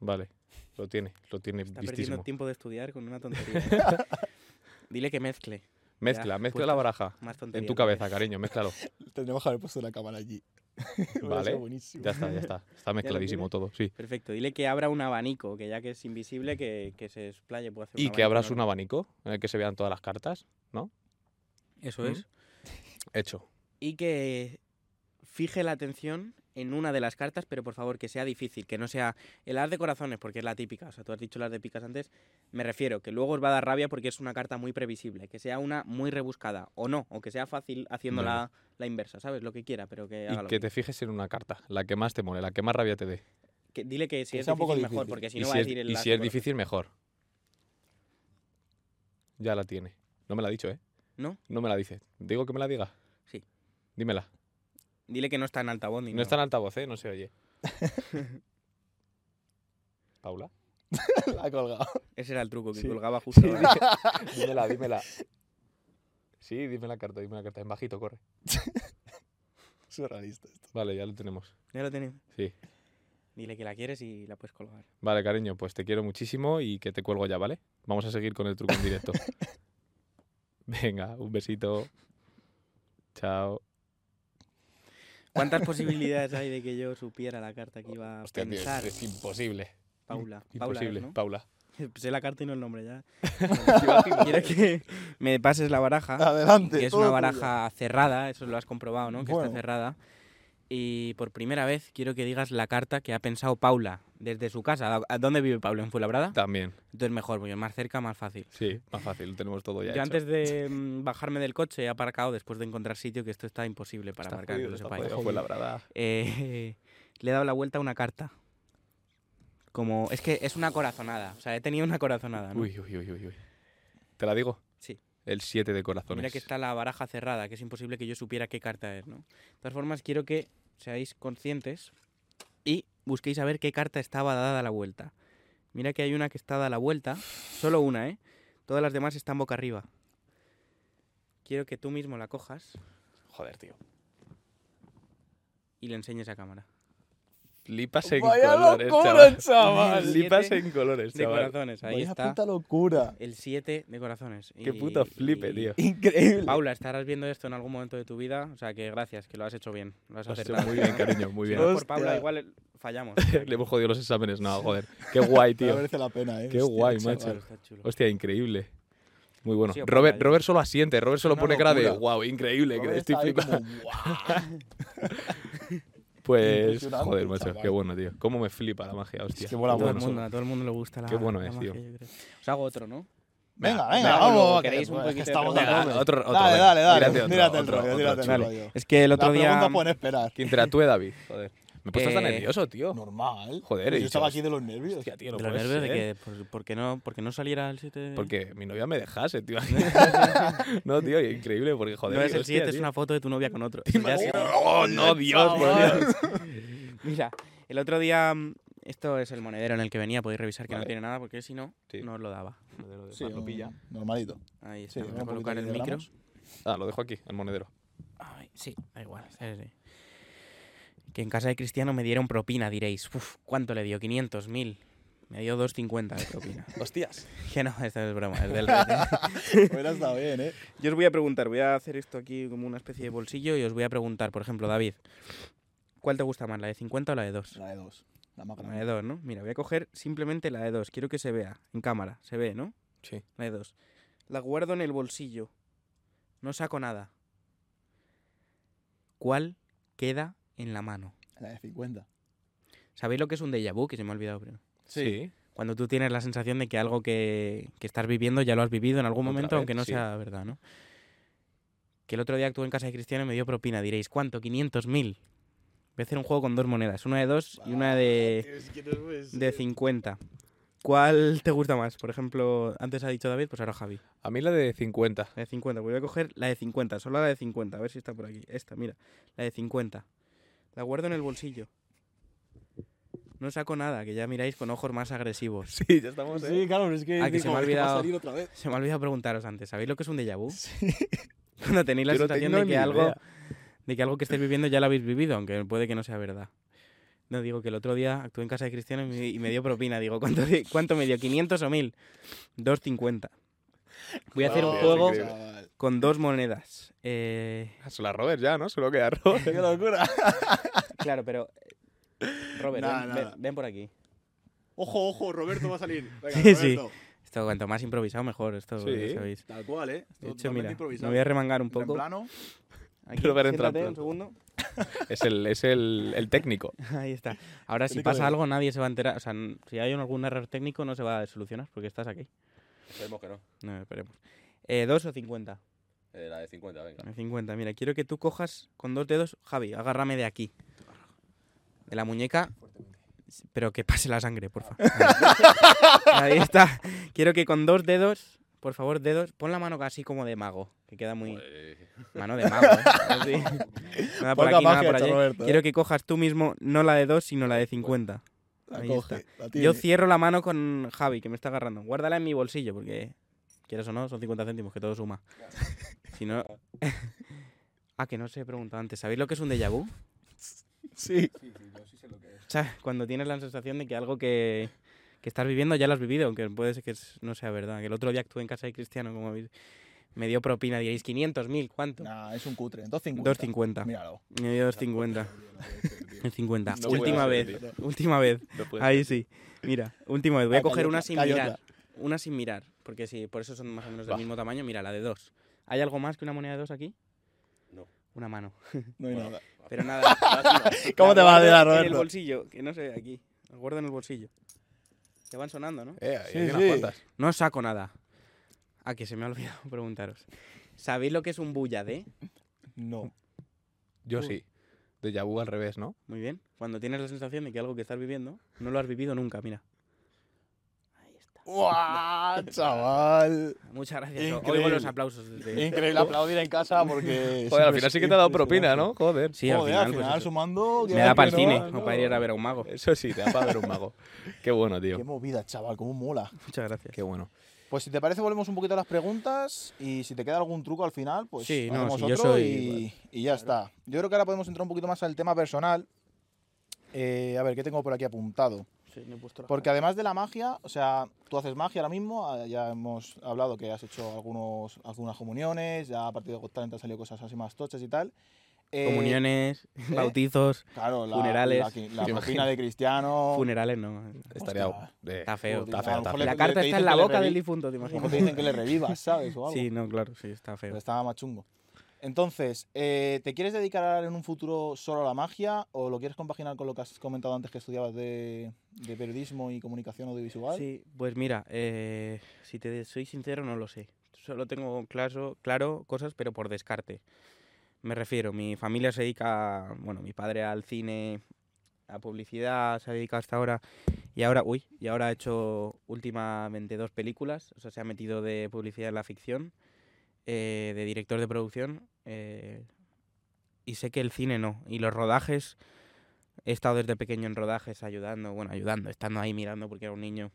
C: Vale, lo tiene, lo tiene
B: Está
C: vistísimo.
B: perdiendo tiempo de estudiar con una tontería. ¿eh? dile que mezcle,
C: Mezcla,
B: Ya,
C: mezcla
B: puestas
C: la baraja.
B: más tontería.
C: En tu cabeza, cariño, mézclalo.
A: Tendremos que haber puesto la cámara allí. Hubiera
C: Vale,
A: sido buenísimo.
C: Ya está, ya está. Está mezcladísimo
B: tienes?
C: todo, sí.
B: Perfecto, dile que abra un abanico, que ya que es invisible, que, que se explaye. Puede hacer un
C: Y que
B: abanico
C: abras un
B: enorme.
C: abanico en el que se vean todas las cartas.
B: Eso
C: Ujú.
B: es.
C: Hecho.
B: Y que fije la atención en una de las cartas, pero por favor que sea difícil, que no sea el as de corazones, porque es la típica. O sea, tú has dicho las de picas antes. Me refiero que luego os va a dar rabia porque es una carta muy previsible, que sea una muy rebuscada, o no, o que sea fácil haciendo la, la inversa, ¿sabes? Lo que quiera, pero que haga
C: Y
B: lo
C: que
B: mismo.
C: te fijes en una carta, la que más te mole, la que más rabia te dé.
B: Que- dile que si
A: que
B: es
A: sea un
B: difícil,
A: poco
B: mejor,
A: difícil.
B: porque si
C: y
B: no
C: si
B: va a
C: es,
B: decir el
C: y
B: as
C: si
B: de
C: es
B: corazones.
C: difícil, mejor. Ya la tiene. No me la ha dicho, ¿eh?
B: ¿No?
C: No me la dice. ¿Digo que me la diga?
B: Sí.
C: Dímela.
B: Dile que no está en altavoz ni
C: no
B: nada.
C: está en altavoz, ¿eh? No se oye. ¿Paula?
A: La ha colgado.
B: Ese era el truco que
C: Sí.
B: colgaba justo. ahora.
C: Dímela, dímela. Sí, dime la carta, dime la carta. En bajito, corre.
A: Surrealista esto.
C: Vale, ya lo tenemos.
B: Ya lo tenemos.
C: Sí.
B: Dile que la quieres y la puedes colgar.
C: Vale, cariño, pues te quiero muchísimo y que te cuelgo ya, ¿vale? Vamos a seguir con el truco en directo. Venga, un besito. Chao.
B: ¿Cuántas posibilidades hay de que yo supiera la carta que iba a
C: Hostia, tío, es-
B: pensar?
C: es, imposible.
B: Paula. Paula,
C: Imposible,
B: es, ¿no?
C: Paula.
B: Sé la carta y no el nombre ya.
C: Imagínate.
B: Quiero que me pases la
C: Ah,
B: baraja,
A: Adelante.
B: que es
A: todo
B: una
A: tuyo.
B: baraja cerrada, eso lo has comprobado, ¿no? Que
A: Bueno.
B: está cerrada. Y por primera vez quiero que digas la carta que ha pensado Paula desde su casa. ¿A dónde vive Paula? ¿En Fuenlabrada?
C: También,
B: Entonces mejor, porque más cerca, más fácil.
C: sí, más fácil, tenemos todo ya hecho.
B: Yo antes de mm, bajarme del coche he aparcado después de encontrar sitio, que esto está imposible para
C: Está
B: aparcar, que
C: jodido,
B: lo
C: está
B: sepáis.
C: jodido, fue la verdad.
B: Eh, le he dado la vuelta a una carta. Como, es que es una corazonada. O sea, he tenido una corazonada. Ah, ¿no?
C: Uy, uy, uy, uy, uy. ¿Te la digo?
B: Sí.
C: El 7 de corazones.
B: Mira que está la baraja cerrada, que es imposible que yo supiera qué carta es, ¿no? De todas formas, quiero que seáis conscientes y busquéis a ver qué carta estaba dada la vuelta. Mira que hay una que está dada la vuelta, solo una, ¿eh? Todas las demás están boca arriba. Quiero que tú mismo la cojas
C: Joder, tío.
B: y le enseñes a cámara.
C: Flipas en
A: Vaya
C: colores,
A: locura,
C: chaval.
A: chaval.
B: El
C: Flipas
B: siete
C: en colores,
B: De
C: chaval.
B: corazones, ahí
A: Vaya
B: está.
A: puta locura.
B: El 7 de corazones.
C: Qué
B: Y-
C: puto flipe,
B: y-
C: tío.
A: Increíble.
B: Paula, estarás viendo esto en algún momento de tu vida. O sea, que gracias, que lo has hecho bien. Lo has
C: Lo has hecho
B: acertado.
C: muy bien, cariño, muy
B: Si
C: bien.
B: no es por
A: Hostia.
B: Paula, igual eh, fallamos.
C: Le hemos jodido los exámenes, no, joder. Qué guay,
A: Pero
C: tío.
A: merece la pena, eh.
C: Qué
A: Hostia,
C: guay,
A: chaval.
C: macho.
B: Está chulo.
C: Hostia, increíble. Muy bueno.
B: Sí, o por
C: Robert,
B: ahí.
C: Robert solo asiente, Robert solo
A: Una
C: pone cara de
A: locura.
C: wow, increíble, que
A: Robert
C: estoy
A: está ahí
C: flipando.
A: como, "Guau".
C: Pues,
A: Impresionante,
C: joder, macho,
A: chaval.
C: qué bueno, tío. Cómo me flipa la magia, hostia.
A: que mola
B: A
C: Qué
B: todo, el
A: bueno,
B: mundo, a todo el mundo le gusta la
C: pues Qué bueno
B: la
C: es,
B: magia,
C: tío.
B: yo creo. Os hago otro, ¿no?
A: Venga,
B: Venga,
A: venga,
B: luego
A: vamos.
B: queréis
A: que-
B: un
A: pues,
B: poquito de
A: estamos
B: preguntas.
A: a
C: Venga,
A: tope.
C: otro, otro,
A: Dale,
C: venga.
A: dale, dale. Tírate
C: Tírate otro,
A: el
C: otro,
A: rollo,
C: otro
A: tírate el
C: chulo.
A: rollo.
B: Es que el otro
A: Las
B: día.
A: preguntas pueden esperar.
C: Que interactúe David, joder. Me he puesto tan
B: Eh,
C: nervioso, tío.
A: Normal.
C: Joder, he
A: Yo
C: dicho,
A: estaba aquí de los nervios.
C: Hostia, tío, no
B: De los
C: puede
B: nervios de
C: ser.
B: que. pues, ¿Por, por qué no, porque no saliera el 7?
C: pues, ¿eh? Porque mi novia me dejase, tío. no, tío, increíble, porque joder.
B: No es el
C: hostia,
B: 7, es
C: tío.
B: una foto de tu novia con otro.
C: Te
B: Ya sí.
C: imaginas- ¡Oh, no, Dios, por
A: chaval.
C: Dios!
B: Mira, el otro día. mm, Esto es el monedero en el que venía, podéis revisar que
C: Vale.
B: no tiene nada, porque si no,
C: Sí.
B: no os lo daba.
A: Sí, Normalito.
B: Ahí
A: Sí, un
B: está, voy a
A: poquito
B: colocar
A: aquí
B: el
A: de
B: micro.
A: gramos.
C: Ah, lo dejo aquí, el monedero.
B: Ay, sí, da igual. sí, sí. Que en casa de Cristiano me dieron propina, diréis. Uf, ¿cuánto le dio? 500, 1000. Me dio 250 de propina.
C: ¡Hostias!
B: que no, esto es broma, es del
A: Hubiera estado bien, eh.
B: Yo os voy a preguntar, voy a hacer esto aquí como una especie de bolsillo y os voy a preguntar, por ejemplo, David, ¿cuál te gusta más, la de 50 o la de 2?
A: La de dos. La más
B: La
A: grande.
B: de 2, ¿no? Mira, voy a coger simplemente la de 2, quiero que se vea en cámara, se ve, ¿no?
C: Sí.
B: La de 2. La guardo en el bolsillo, no saco nada. ¿Cuál queda en la mano?
A: La de 50.
B: ¿Sabéis lo que es un déjà vu? Que se me ha olvidado primero.
C: Sí.
B: Cuando tú tienes la sensación de que algo que, que estás viviendo ya lo has vivido en algún
C: Otra
B: momento,
C: vez,
B: aunque no
C: sí.
B: sea verdad, ¿no? Que el otro día actué en casa de Cristiano y me dio propina. Diréis, ¿cuánto? 500.000. Voy a hacer un juego con dos monedas, una de dos y una de, de 50. ¿Cuál te gusta más? Por ejemplo, antes ha dicho David, pues ahora Javi.
C: A mí la de 50.
B: La de 50. Pues voy a coger la de 50, solo la de 50. A ver si está por aquí. Esta, mira. La de 50. La guardo en el bolsillo. No saco nada, que ya miráis con ojos más agresivos.
C: Sí, ya estamos, ¿eh?
A: Sí, claro, pero es que.
B: Ah, que
A: digo,
B: se me
A: es va
B: ha
A: a
B: olvidado.
A: salir otra vez.
B: Se me ha olvidado preguntaros antes. ¿Sabéis lo que es un déjà vu? Cuando tenéis la
C: Yo no
B: sensación
C: tengo
B: de
C: ni
B: que, algo,
C: idea.
B: de que algo que estáis viviendo ya lo habéis vivido, aunque puede que no sea verdad. No, digo que el otro día actué en casa de Cristiano y me, y me dio propina. Digo, ¿cuánto, di- ¿cuánto me dio? ¿500 o 1000? 250. Voy a hacer un
C: Hostia,
B: juego
C: increíble.
A: chaval.
B: con dos monedas. Eh,
C: Ah, Solo a Robert ya, ¿no? Solo queda Robert.
A: Qué locura.
B: Claro, pero. eh, Robert,
A: Nada,
B: ven,
A: nada.
B: ven- ven por aquí.
A: Ojo, ojo, Roberto va a salir. Venga,
B: Sí, sí.
A: Roberto.
B: Esto, cuanto más improvisado, mejor. Esto
C: Sí.
B: ya sabéis.
A: Tal cual, eh.
B: De hecho,
A: Totalmente
B: mira, me
A: improvisado.
B: voy a remangar un
A: Entra en
B: poco.
A: plano.
B: Aquí,
C: Robert entra en
B: siéntate
C: plan.
B: un segundo.
C: Es el, es el, el técnico.
B: Ahí está. Ahora, si
A: Técnico
B: pasa
A: de-
B: algo, nadie se va a enterar. O sea, n- si hay algún error técnico, no se va a solucionar porque estás aquí.
D: Esperemos que no.
B: No, esperemos. Eh, ¿Dos o 50?
D: Eh, la de 50, venga.
B: 50. Mira, quiero que tú cojas con dos dedos. Javi, agárrame de aquí. De la muñeca. Pero que pase la sangre, porfa. Ahí está. Quiero que con dos dedos, por favor, dedos, pon la mano así como de mago, que queda muy.
D: Joder.
B: Mano de mago, ¿eh? Así. Nada por
A: Poca
B: aquí, nada
A: magia,
B: por allí.
A: Roberto, ¿eh?
B: Quiero que cojas tú mismo, no la de dos, sino la de 50.
A: La
B: Ahí
A: coge.
B: está.
A: La tiene.
B: Yo cierro la mano con Javi, que me está agarrando. Guárdala en mi bolsillo, porque quieras o no, son 50 céntimos, que todo suma. Si no. ah, que no os he preguntado antes. ¿Sabéis lo que es un déjà vu?
A: Sí.
B: O sea, cuando tienes la sensación de que algo que, que estás viviendo ya lo has vivido, aunque puede ser que es- no sea verdad. Que el otro día actué en casa de Cristiano, como habéis- Me dio propina, diréis, 500, 1000, ¿cuánto?
A: Nah, es un cutre. 2.50.
B: 250.
A: Míralo.
B: Me dio 250. 50.
D: No puede
B: última
D: ser,
B: vez. Última vez. Ahí sí. Mira, última vez. Voy
A: Ah,
B: a coger
A: cayó
B: una
A: otra,
B: sin
A: cayó
B: mirar.
A: otra.
B: Una sin mirar. Porque sí, por eso son más o menos del
C: Va.
B: mismo tamaño. Mira, la de dos. ¿Hay algo más que una moneda de dos aquí?
D: No.
B: Una mano.
A: No hay nada.
B: Pero nada.
A: ¿Cómo
B: la
A: te vas a
B: guardo
A: dar,
B: En el
A: Roberto?
B: bolsillo, que no sé, aquí. La guardo en el bolsillo. Te van sonando, ¿no?
C: Eh, ahí
A: Sí,
C: hay unas
A: sí.
C: cuantas.
B: No saco nada. Ah, que se me ha olvidado preguntaros. ¿Sabéis lo que es un bulladé?
A: No.
C: Yo
B: Uy.
C: sí. De Yabu al revés, ¿no?
B: Muy bien. Cuando tienes la sensación de que algo que estás viviendo no lo has vivido nunca, mira. Ahí está.
A: ¡Guau, chaval!
B: Muchas gracias. O- Oigo
A: Increíble.
B: los aplausos. desde-
A: Increíble aplaudir en casa porque...
C: Joder, al final sí que te ha dado propina, ¿no? Joder.
B: Sí,
A: Joder, al final,
B: pues eso.
A: sumando...
B: me
A: ya
B: da
A: que
B: para el
A: no,
B: cine
A: no.
B: o para ir a ver a un mago.
C: Eso sí, te da para ver un mago. Qué bueno, tío.
A: Qué movida, chaval, cómo mola.
B: Muchas gracias.
C: Qué bueno.
A: Pues si te parece volvemos un poquito a las preguntas y si te queda algún truco al final, pues
B: Sí, no,
A: hacemos
B: si yo
A: otro
B: soy
A: y, y ya está. Yo creo que ahora podemos entrar un poquito más al tema personal. Eh, a ver, ¿qué tengo por aquí apuntado? Porque además de la magia, o sea, tú haces magia ahora mismo, ah, ya hemos hablado que has hecho algunos, algunas comuniones, ya a partir de Got Talent han salido cosas así más tochas y tal. Eh,
B: Comuniones, bautizos,
A: claro, la,
B: funerales.
A: la- la,
C: Te
A: propina de Cristiano.
B: funerales no.
C: Estaría.
A: Hostia.
C: eh,
B: Está feo.
A: Joder,
C: Está feo,
A: a lo mejor
C: está feo.
A: le-
B: La
A: le-
B: carta
A: te
B: está
A: dicen
B: en la
A: que le
B: boca
A: revi-
B: del difunto, te
A: a lo mejor
B: imaginas.
A: te dicen que le revivas, ¿sabes? O algo.
B: Sí, no, claro, sí, está feo.
A: Pero estaba más chungo. Entonces, eh, ¿te quieres dedicar en un futuro solo a la magia o lo quieres compaginar con lo que has comentado antes que estudiabas de, de periodismo y comunicación audiovisual?
B: Sí, pues mira, eh, si te soy sincero, no lo sé. Solo tengo claro, claro cosas, pero por descarte. Me refiero, mi familia se dedica, bueno, mi padre al cine, a publicidad, se ha dedicado hasta ahora. Y ahora, uy, y ahora ha hecho últimamente dos películas, o sea, se ha metido de publicidad en la ficción, eh, de director de producción. eh, y sé que el cine no. Y los rodajes, he estado desde pequeño en rodajes ayudando, bueno, ayudando, estando ahí mirando porque era un niño,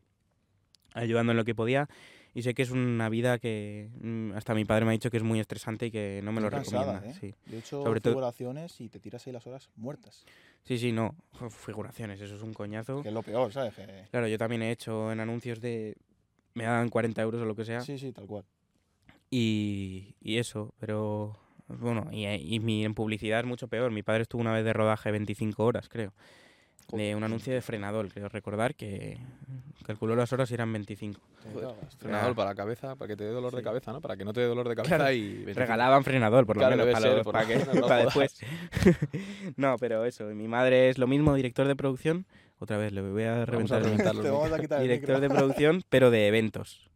B: ayudando en lo que podía. Y sé que es una vida que mm, hasta mi padre me ha dicho que es muy estresante y que no me
A: Está
B: lo
A: cansada,
B: recomienda.
A: ¿eh?
B: sí.
A: De hecho,
B: Sobre todo-
A: figuraciones y te tiras ahí las horas muertas.
B: Sí, sí, no. Jo, Figuraciones, eso es un coñazo.
A: Que es lo peor, ¿sabes? Que-
B: Claro, yo también he hecho en anuncios de. Me dan 40 euros o lo que sea.
A: Sí, sí, tal cual.
B: Y, y eso, pero. Bueno, y, y mi, en publicidad es mucho peor. Mi padre estuvo una vez de rodaje 25 horas, creo. De un anuncio de frenador, creo recordar que calculó las horas y eran 25.
A: Te
C: Joder.
A: cagas, te-
C: Frenador para la cabeza, para que te dé dolor de
B: Ah. Sí.
C: cabeza, ¿no? Para que no te dé dolor de cabeza
B: Claro.
C: y...
B: Regalaban frenador, por lo
C: Claro,
B: menos,
C: debe
B: para,
C: ser,
B: los-
C: por
B: para
C: lo
B: que-
C: menos, no
B: para
C: jodas.
B: después. no, pero eso. Mi madre es lo mismo, director de producción. Otra vez, le voy a
C: Vamos a
B: reventar el micro.
C: reventarlo.
A: Te vamos a quitar el
B: Director de
A: micro.
B: producción, pero de eventos.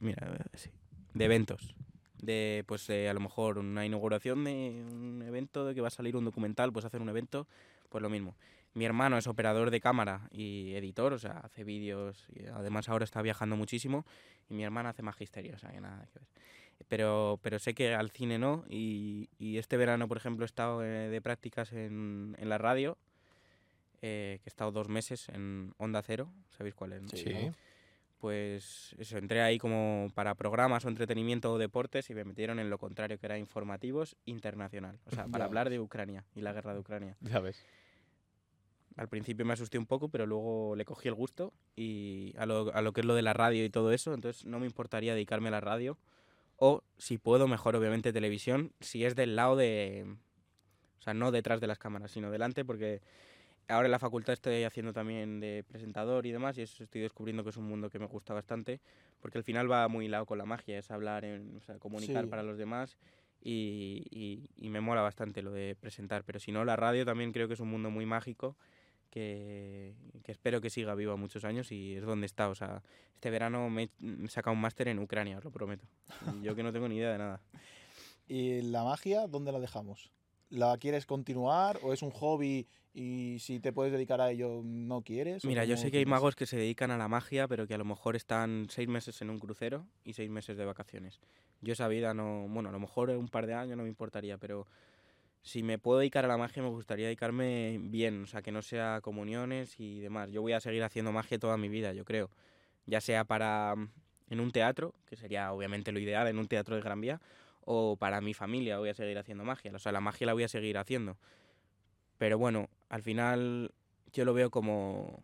B: Mira, a ver, sí. De eventos. De, pues, eh, a lo mejor una inauguración de un evento de que va a salir un documental, pues hacer un evento, pues lo mismo. Mi hermano es operador de cámara y editor, o sea, hace vídeos, y además ahora está viajando muchísimo, y mi hermana hace magisterio, o sea, que nada que ver. Pero, pero sé que al cine no, y, y este verano, por ejemplo, he estado eh, de prácticas en, en la radio, eh, que he estado dos meses en Onda Cero, ¿sabéis cuál es? no?
C: Sí.
B: pues eso, entré ahí como para programas o entretenimiento o deportes y me metieron en lo contrario, que era informativos internacional, o sea, para hablar de Ucrania y la guerra de Ucrania.
C: Ya ves.
B: Al principio me asusté un poco, pero luego le cogí el gusto y a lo, a lo que es lo de la radio y todo eso, entonces no me importaría dedicarme a la radio o, si puedo, mejor obviamente televisión, si es del lado de... O sea, no detrás de las cámaras, sino delante, porque ahora en la facultad estoy haciendo también de presentador y demás, y eso estoy descubriendo que es un mundo que me gusta bastante, porque al final va muy lado con la magia, es hablar, en- o sea, comunicar
A: Sí.
B: para los demás, y, y- y me mola bastante lo de presentar. Pero si no, la radio también creo que es un mundo muy mágico, que, que espero que siga viva muchos años, y es donde está. O sea, este verano me he- me he sacado un máster en Ucrania, os lo prometo. Y Yo que no tengo ni idea de nada.
A: ¿Y la magia, dónde la dejamos? ¿La quieres continuar o es un hobby y si te puedes dedicar a ello no quieres? ¿O
B: Mira, yo
A: cómo
B: sé que hay
A: tienes?
B: magos que se dedican a la magia, pero que a lo mejor están seis meses en un crucero y seis meses de vacaciones. Yo esa vida no, bueno, a lo mejor un par de años no me importaría, pero si me puedo dedicar a la magia me gustaría dedicarme bien, o sea, que no sea comuniones y demás. Yo voy a seguir haciendo magia toda mi vida, yo creo. Ya sea para mm, en un teatro, que sería obviamente lo ideal, en un teatro de Gran Vía, o para mi familia voy a seguir haciendo magia. O sea, la magia la voy a seguir haciendo. Pero bueno, al final yo lo veo como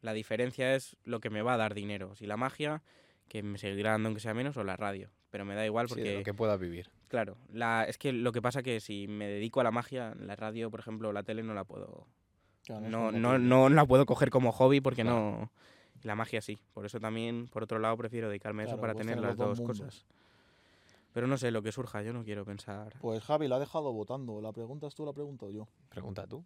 B: la diferencia es lo que me va a dar dinero. Si la magia, que me seguirá dando aunque sea menos, o la radio. pero me da igual
C: Sí,
B: porque...
C: de lo que puedas vivir.
B: Claro, la, es que lo que pasa que si me dedico a la magia, la radio, por ejemplo, la tele no la puedo...
A: Claro, no es
B: No,
A: como
B: no,
A: que-
B: no la puedo coger como hobby porque
C: Claro.
B: no... La magia sí. Por eso también, por otro lado, prefiero dedicarme a eso
A: Claro,
B: para
A: puedes
B: tener
A: tener
B: las
A: los
B: dos
A: dos
B: cosas. Pero no sé, lo que surja, yo no quiero pensar...
A: Pues Javi la ha dejado votando. ¿La preguntas tú o la pregunto yo?
C: Pregunta tú.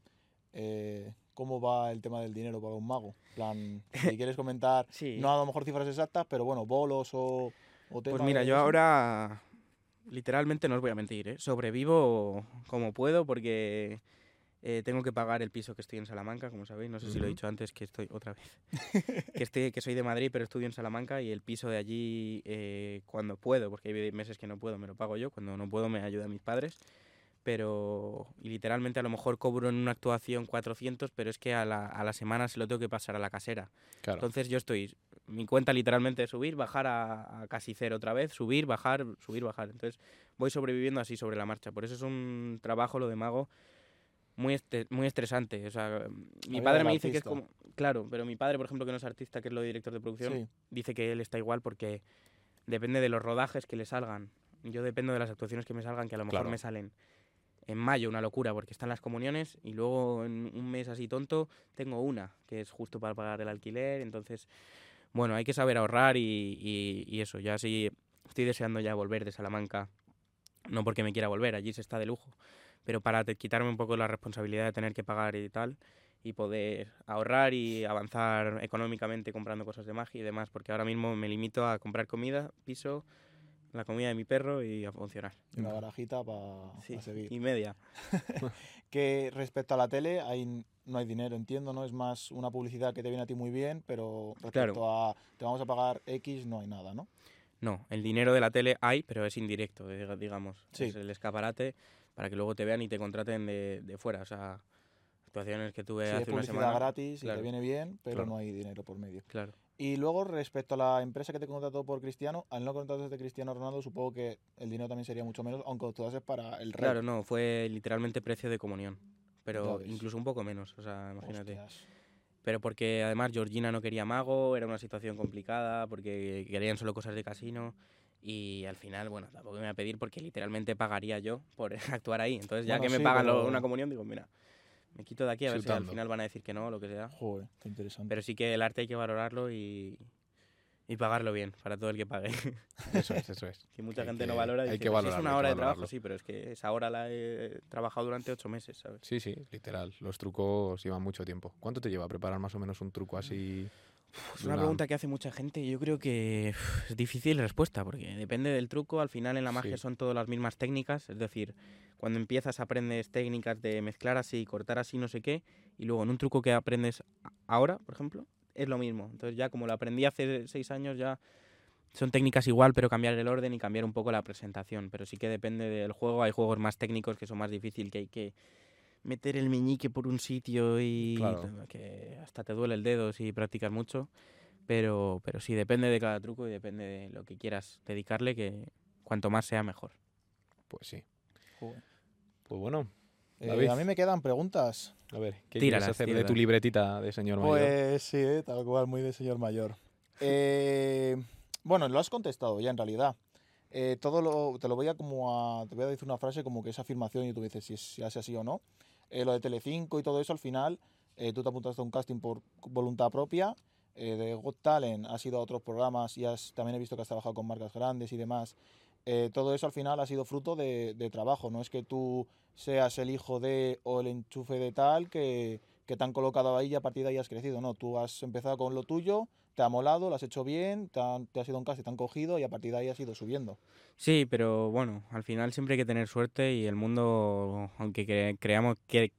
A: Eh, ¿Cómo va el tema del dinero para un mago? En plan, si quieres comentar,
B: Sí.
A: no a lo mejor cifras exactas, pero bueno, bolos o, o
B: Pues
A: tema
B: mira,
A: de
B: yo
A: eso.
B: ahora literalmente no os voy a mentir, ¿eh? sobrevivo como puedo porque eh, tengo que pagar el piso que estoy en Salamanca, como sabéis, no sé si lo he
C: Ujú.
B: dicho antes que estoy otra vez, que estoy, que soy de Madrid pero estudio en Salamanca y el piso de allí eh, cuando puedo, porque hay meses que no puedo me lo pago yo, cuando no puedo me ayudan mis padres, pero y literalmente a lo mejor cobro en una actuación 400, pero es que a la, a la semana se lo tengo que pasar a la casera.
C: Claro.
B: Entonces yo estoy, mi cuenta literalmente es subir, bajar a, a casi cero otra vez, subir, bajar, subir, bajar. Entonces voy sobreviviendo así sobre la marcha. Por eso es un trabajo, lo de mago, muy, este- muy estresante. O sea, mi
A: vida
B: padre
A: del
B: me dice que es
A: artista.
B: como... Claro, pero mi padre, por ejemplo, que no es artista, que es lo de director de producción,
A: Sí,
B: dice que él está igual porque depende de los rodajes que le salgan. Yo dependo de las actuaciones que me salgan, que a lo mejor
C: Claro.
B: me salen en mayo, una locura, porque están las comuniones y luego en un mes así tonto tengo una, que es justo para pagar el alquiler. Entonces, bueno, hay que saber ahorrar y, y- y eso. Ya sí estoy deseando ya volver de Salamanca. No porque me quiera volver, allí se está de lujo, pero para te- quitarme un poco la responsabilidad de tener que pagar y tal y poder ahorrar y avanzar económicamente comprando cosas de magia y demás, porque ahora mismo me limito a comprar comida, piso, la comida de mi perro y a funcionar.
A: una barajita para
B: Sí,
A: seguir.
B: y media.
A: Que respecto a la tele, ahí no hay dinero, entiendo, ¿no? Es más una publicidad que te viene a ti muy bien, pero respecto a te vamos a pagar X, no hay nada, ¿no?
B: No, el dinero de la tele hay, pero es indirecto, diga- digamos.
A: Sí.
B: Es el escaparate para que luego te vean y te contraten de, de fuera. O sea, actuaciones que tuve
A: Si es
B: Eh, hace una
A: publicidad
B: semana.
A: gratis y
B: claro.
A: te viene bien, pero
B: Claro.
A: no hay dinero por medio.
B: Claro.
A: Y luego, respecto a la empresa que te contrató por Cristiano, al no contratarte de Cristiano Ronaldo, supongo que el dinero también sería mucho menos, aunque haces para el Real.
B: Claro, no, fue literalmente precio de comunión. Pero
A: ves.
B: incluso un poco menos, o sea, imagínate.
A: Hostias.
B: Pero porque además Georgina no quería mago, era una situación complicada, porque querían solo cosas de casino. Y al final, bueno, tampoco me iba a pedir porque literalmente pagaría yo por actuar ahí. Entonces, ya
A: Bueno,
B: que me
A: sí,
B: pagan lo-
A: pero-
B: una comunión, digo, mira, me quito de aquí a ver si al
C: Chutando.
B: final van a decir que no o lo que sea.
A: Joder, qué interesante.
B: Pero sí que el arte hay que valorarlo y, y pagarlo bien para todo el que pague.
C: Eso es, eso es.
B: que mucha
C: Hay
B: gente
C: que-
B: no valora.
C: hay
B: dice,
C: que
B: "Pues
C: valorarlo,
B: sí, Es
C: hay
B: una
C: que
B: hora de trabajo,
C: valorarlo".
B: sí, pero es que esa hora la he trabajado durante ocho meses, ¿sabes?
C: Sí, sí, literal. Los trucos llevan mucho tiempo. ¿Cuánto te lleva preparar más o menos un truco así?
B: Es una pregunta que hace mucha gente y yo creo que uf, es difícil respuesta porque depende del truco. Al final en la magia
C: Sí.
B: son todas las mismas técnicas. Es decir, cuando empiezas aprendes técnicas de mezclar así, cortar así, no sé qué. Y luego en un truco que aprendes a- ahora, por ejemplo, es lo mismo. Entonces ya como lo aprendí hace seis años ya son técnicas igual, pero cambiar el orden y cambiar un poco la presentación. Pero sí que depende del juego. Hay juegos más técnicos que son más difíciles, que hay que meter el meñique por un sitio y
C: Claro.
B: que hasta te duele el dedo si practicas mucho. Pero, pero sí, depende de cada truco y depende de lo que quieras dedicarle, que cuanto más sea mejor.
C: Pues sí.
A: Joder.
C: Pues bueno,
A: Eh,
C: David.
A: a mí me quedan preguntas.
C: a ver, ¿qué
B: Tíralas,
C: quieres hacer de tu
B: tíralas.
C: libretita de señor mayor?
A: Pues sí, eh, tal cual, muy de señor mayor. Eh, bueno, lo has contestado ya en realidad. Eh, todo lo, te lo voy a como a, te voy a decir una frase como que es afirmación y tú me dices si, es- si hace así o no. Eh, lo de Telecinco y todo eso al final, eh, tú te apuntaste a un casting por voluntad propia. eh, de Got Talent has ido a otros programas y has, también he visto que has trabajado con marcas grandes y demás. Eh, todo eso al final ha sido fruto de, de trabajo, no es que tú seas el hijo de o el enchufe de tal que, que te han colocado ahí y a partir de ahí has crecido. No, tú has empezado con lo tuyo, te ha molado, lo has hecho bien, te, han- te has ido en casa, te han cogido y a partir de ahí has ido subiendo.
B: Sí, pero bueno, al final siempre hay que tener suerte y el mundo, aunque cre- creamos que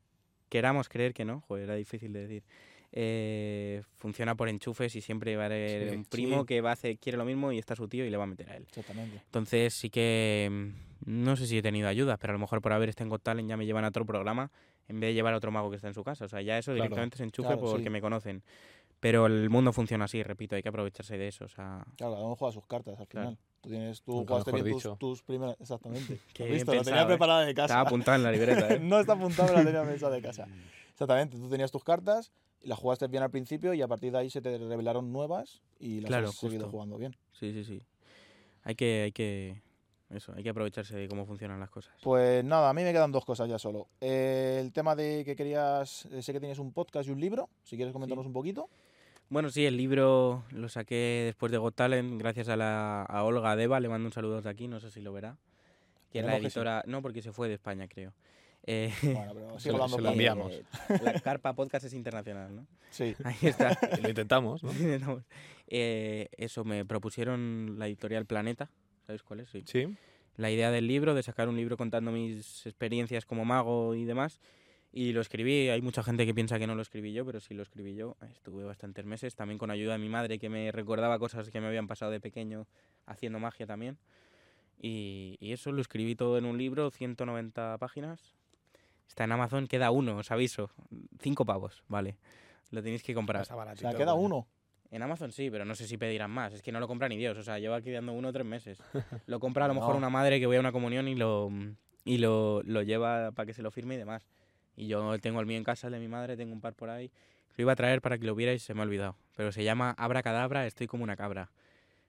B: queramos creer que no, joder, era difícil de decir, eh, funciona por enchufes y siempre va a haber
C: Sí,
B: un primo
A: sí.
B: que va a hacer, quiere lo mismo y está su tío y le va a meter a él.
A: Exactamente.
B: Entonces sí que mm, no sé si he tenido ayudas, pero a lo mejor por haber este en Got Talent ya me llevan a otro programa en vez de llevar a otro mago que está en su casa. O sea, ya eso
C: Claro,
B: directamente se enchufe
A: claro,
B: porque
A: sí.
B: me conocen. Pero el mundo funciona así, repito, hay que aprovecharse de eso. O sea,
A: Claro, cada uno juega sus cartas al
B: Claro.
A: final. Tú tienes, tú
C: Nunca
A: jugaste
C: mejor
A: bien
C: dicho.
A: tus, tus primeras. Exactamente.
B: Qué
A: Lo
B: bien
A: visto, lo tenía
B: pensado, ¿eh?
A: preparada de casa.
B: estaba apuntado en la libreta. ¿eh?
A: no está apuntado, la tenía pensada de casa. Exactamente, tú tenías tus cartas, las jugaste bien al principio y a partir de ahí se te revelaron nuevas y las
B: Claro,
A: has seguido
B: justo.
A: jugando bien.
B: Sí, sí, sí. Hay que, hay que, eso, hay que aprovecharse de cómo funcionan las cosas.
A: Pues nada, a mí me quedan dos cosas ya solo. Eh, el tema de que querías, eh, sé que tienes un podcast y un libro, si quieres comentarnos un poquito.
B: Bueno, sí, el libro lo saqué después de Got Talent, gracias a, la, a Olga Deva, le mando un saludo desde aquí, no sé si lo verá. Que es la
A: Esperemos que sí.
B: editora, no, porque se fue de España, creo. Eh,
A: Bueno, pero sigue
C: lo-
A: hablando
C: se lo
A: con-
C: enviamos.
B: eh, la Carpa Podcast es internacional, ¿no?
A: Sí.
B: Ahí está.
C: Lo intentamos, ¿no?
B: Tenemos- eh, eso, me propusieron la editorial Planeta, ¿sabéis cuál es? Sí.
C: Sí.
B: La idea del libro, de sacar un libro contando mis experiencias como mago y demás. Y lo escribí, hay mucha gente que piensa que no lo escribí yo, pero sí lo escribí yo. Estuve bastantes meses, también con ayuda de mi madre, que me recordaba cosas que me habían pasado de pequeño haciendo magia también. Y, y eso lo escribí todo en un libro, 190 páginas. Está en Amazon, queda uno, os aviso. Cinco pavos, vale. Lo tenéis que comprar.
A: O sea, queda uno.
B: En Amazon sí, pero no sé si pedirán más. Es que no lo compra ni Dios. O sea, llevo aquí dando uno tres meses. Lo compra a lo mejor
A: No.
B: una madre que voy a una comunión y lo, y lo, lo lleva para que se lo firme y demás. Y yo tengo el mío en casa, el de mi madre, tengo un par por ahí. Lo iba a traer para que lo vierais, se me ha olvidado. Pero se llama Abra Cadabra, estoy como una cabra.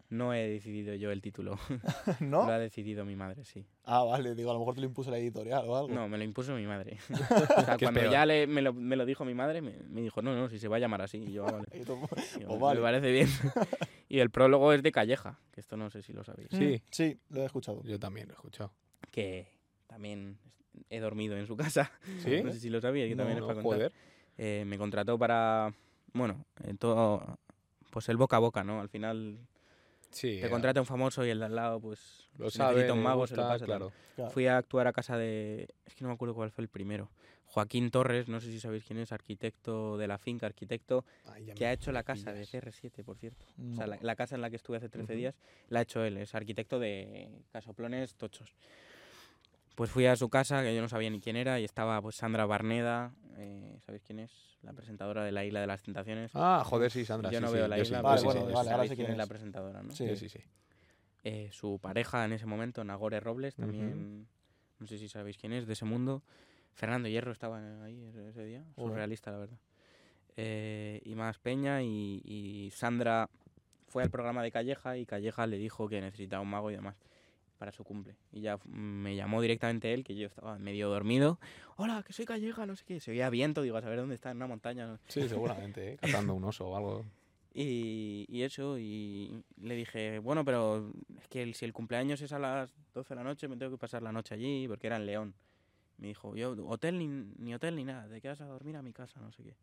B: No he decidido yo el título.
A: ¿No?
B: Lo ha decidido mi madre, sí.
A: Ah, vale, digo, a lo mejor te lo impuso la editorial o algo.
B: No, me lo impuso mi madre. O sea,
C: Que es
B: cuando
C: peor.
B: ya le- me, lo, me lo dijo mi madre, me, me dijo, no, no, si se va a llamar así. Y yo, "Ah, vale".
A: Y tú-
B: Digo,
A: Pues
B: "Me-
A: vale.
B: Me parece bien. y el prólogo es de Calleja, que esto no sé si lo sabéis.
C: Sí.
A: Sí, lo he
B: Mm.
A: escuchado.
C: Yo también lo he escuchado.
B: Que también he dormido en su casa.
C: ¿Sí?
B: No sé si lo sabía, que también
C: No,
B: es para
C: no, joder.
B: contar. Eh, me contrató para, bueno, eh, todo, pues el boca a boca, ¿no? Al final
C: Sí. eh,
B: te contrata un famoso y el de al lado, pues,
C: Lo
B: necesita
C: sabe,
B: un
C: le
B: mago, se lo
C: gusta,
B: pasa, tal.
C: claro.
A: Claro.
B: Fui a actuar a casa de, es que no me acuerdo cuál fue el primero. Joaquín Torres, no sé si sabéis quién es, arquitecto de la finca, arquitecto,
C: Ay, ya
B: que
C: me-
B: ha hecho la casa de
C: pillas.
B: CR7, por cierto.
A: No.
B: O sea, la, la casa en la que estuve hace 13
C: Ujú.
B: días la ha hecho él, es arquitecto de casoplones tochos. Pues fui a su casa, que yo no sabía ni quién era, y estaba pues Sandra Barneda, eh, ¿sabéis quién es? La presentadora de La Isla de las Tentaciones.
C: Ah, joder, sí, Sandra.
B: yo
C: sí,
B: no
C: sí,
B: veo La
C: yo
B: Isla,
C: sí,
B: pero
A: Vale,
C: sí, sí,
A: bueno,
C: yo
A: vale,
C: sí, sí.
A: ahora
B: sabéis
A: sé
B: quién
A: quién
B: es la
A: es.
B: presentadora, ¿no?
A: Sí.
C: Yo sí, sí.
B: Eh, su pareja en ese momento, Nagore Robles,
C: Ujú.
B: también, no sé si sabéis quién es, de ese mundo. Fernando Hierro estaba ahí ese- ese día,
A: Joder.
B: surrealista, la verdad. Eh, y más Peña y, y Sandra fue al programa de Calleja y Calleja le dijo que necesitaba un mago y demás para su cumple. Y ya mm, me llamó directamente él, que yo estaba medio dormido. Hola, que soy Calleja, no sé qué. Se oía viento, digo, a saber dónde está, en una montaña. no-
C: Sí, seguramente, ¿eh? Cazando un oso o algo.
B: y, y eso, y le dije, bueno, pero es que el- si el cumpleaños es a las 12 de la noche, me tengo que pasar la noche allí, porque era en León. Me dijo, yo, hotel ni, ni hotel ni nada, te quedas a dormir a mi casa, no sé qué.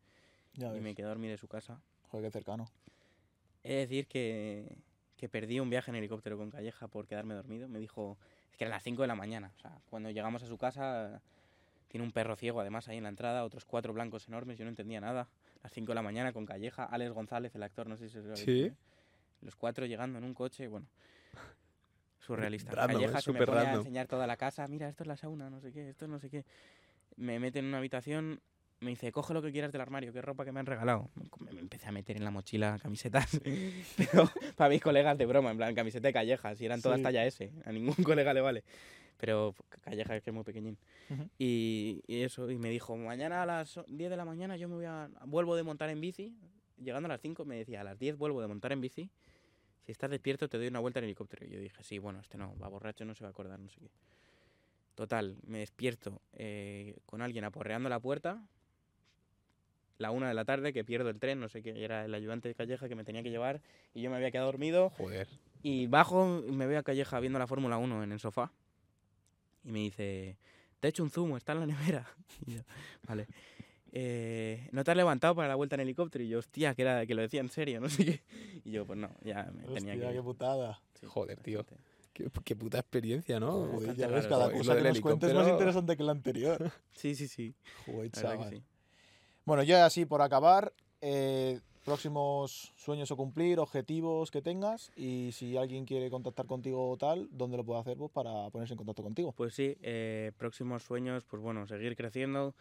A: Ya
B: Y
A: ves.
B: me quedé a dormir en su casa.
A: Joder, qué cercano.
B: He de decir que, que perdí un viaje en helicóptero con Calleja por quedarme dormido. Me dijo, es que eran las 5 de la mañana. O sea, cuando llegamos a su casa, tiene un perro ciego además ahí en la entrada, otros cuatro blancos enormes, yo no entendía nada. Las 5 de la mañana con Calleja, Alex González, el actor, no sé si se lo habéis
C: Sí.
B: visto, ¿eh? Los cuatro llegando en un coche, bueno. Surrealista.
C: Random,
B: Calleja
C: ¿eh?
B: que me
C: Súper
B: pone a
C: random.
B: enseñar toda la casa. Mira, esto es la sauna, no sé qué, esto es no sé qué. Me mete en una habitación, me dice, coge lo que quieras del armario, qué ropa que me han regalado. Me, me empecé a meter en la mochila camisetas. Pero para mis colegas de broma, en plan, camiseta de callejas, y eran todas
A: Sí.
B: talla S. A ningún colega le vale. Pero calleja es que es muy pequeñín.
A: Ujú.
B: y, y eso, y me dijo, mañana a las 10 de la mañana yo me voy a... Vuelvo de montar en bici. Llegando a las 5 me decía, a las 10 vuelvo de montar en bici. Si estás despierto te doy una vuelta en helicóptero. Y yo dije, sí, bueno, este no, va borracho, no se va a acordar, no sé qué. Total, me despierto eh, con alguien aporreando la puerta. La una de la tarde, que pierdo el tren, no sé qué, era el ayudante de Calleja que me tenía que llevar y yo me había quedado dormido.
C: Joder.
B: Y bajo, y me veo a Calleja viendo la Fórmula 1 en el sofá. Y me dice, te he hecho un zumo, está en la nevera. Y yo, vale. Eh, ¿No te has levantado para la vuelta en helicóptero? Y yo, hostia, que, era, que lo decía en serio, no sé qué. Y yo, pues no, ya me tenía que...
A: Hostia, qué
B: ir".
A: putada.
B: Sí,
C: Joder, tío.
B: bastante.
C: Qué, qué puta experiencia, ¿no?
A: Joder,
B: bastante
A: ya ves,
B: raro,
A: cada
B: joder.
A: cosa
C: Lo
A: que
C: del
A: nos cuentes es más
C: helicóptero-
A: interesante que la anterior.
B: Sí, sí, sí.
A: Joder,
B: La verdad
A: chaval.
B: que sí.
A: Bueno, ya así por acabar, eh, próximos sueños o cumplir, objetivos que tengas y si alguien quiere contactar contigo o tal, ¿dónde lo puede hacer vos para ponerse en contacto contigo?
B: Pues sí, eh, próximos sueños, pues bueno, seguir creciendo.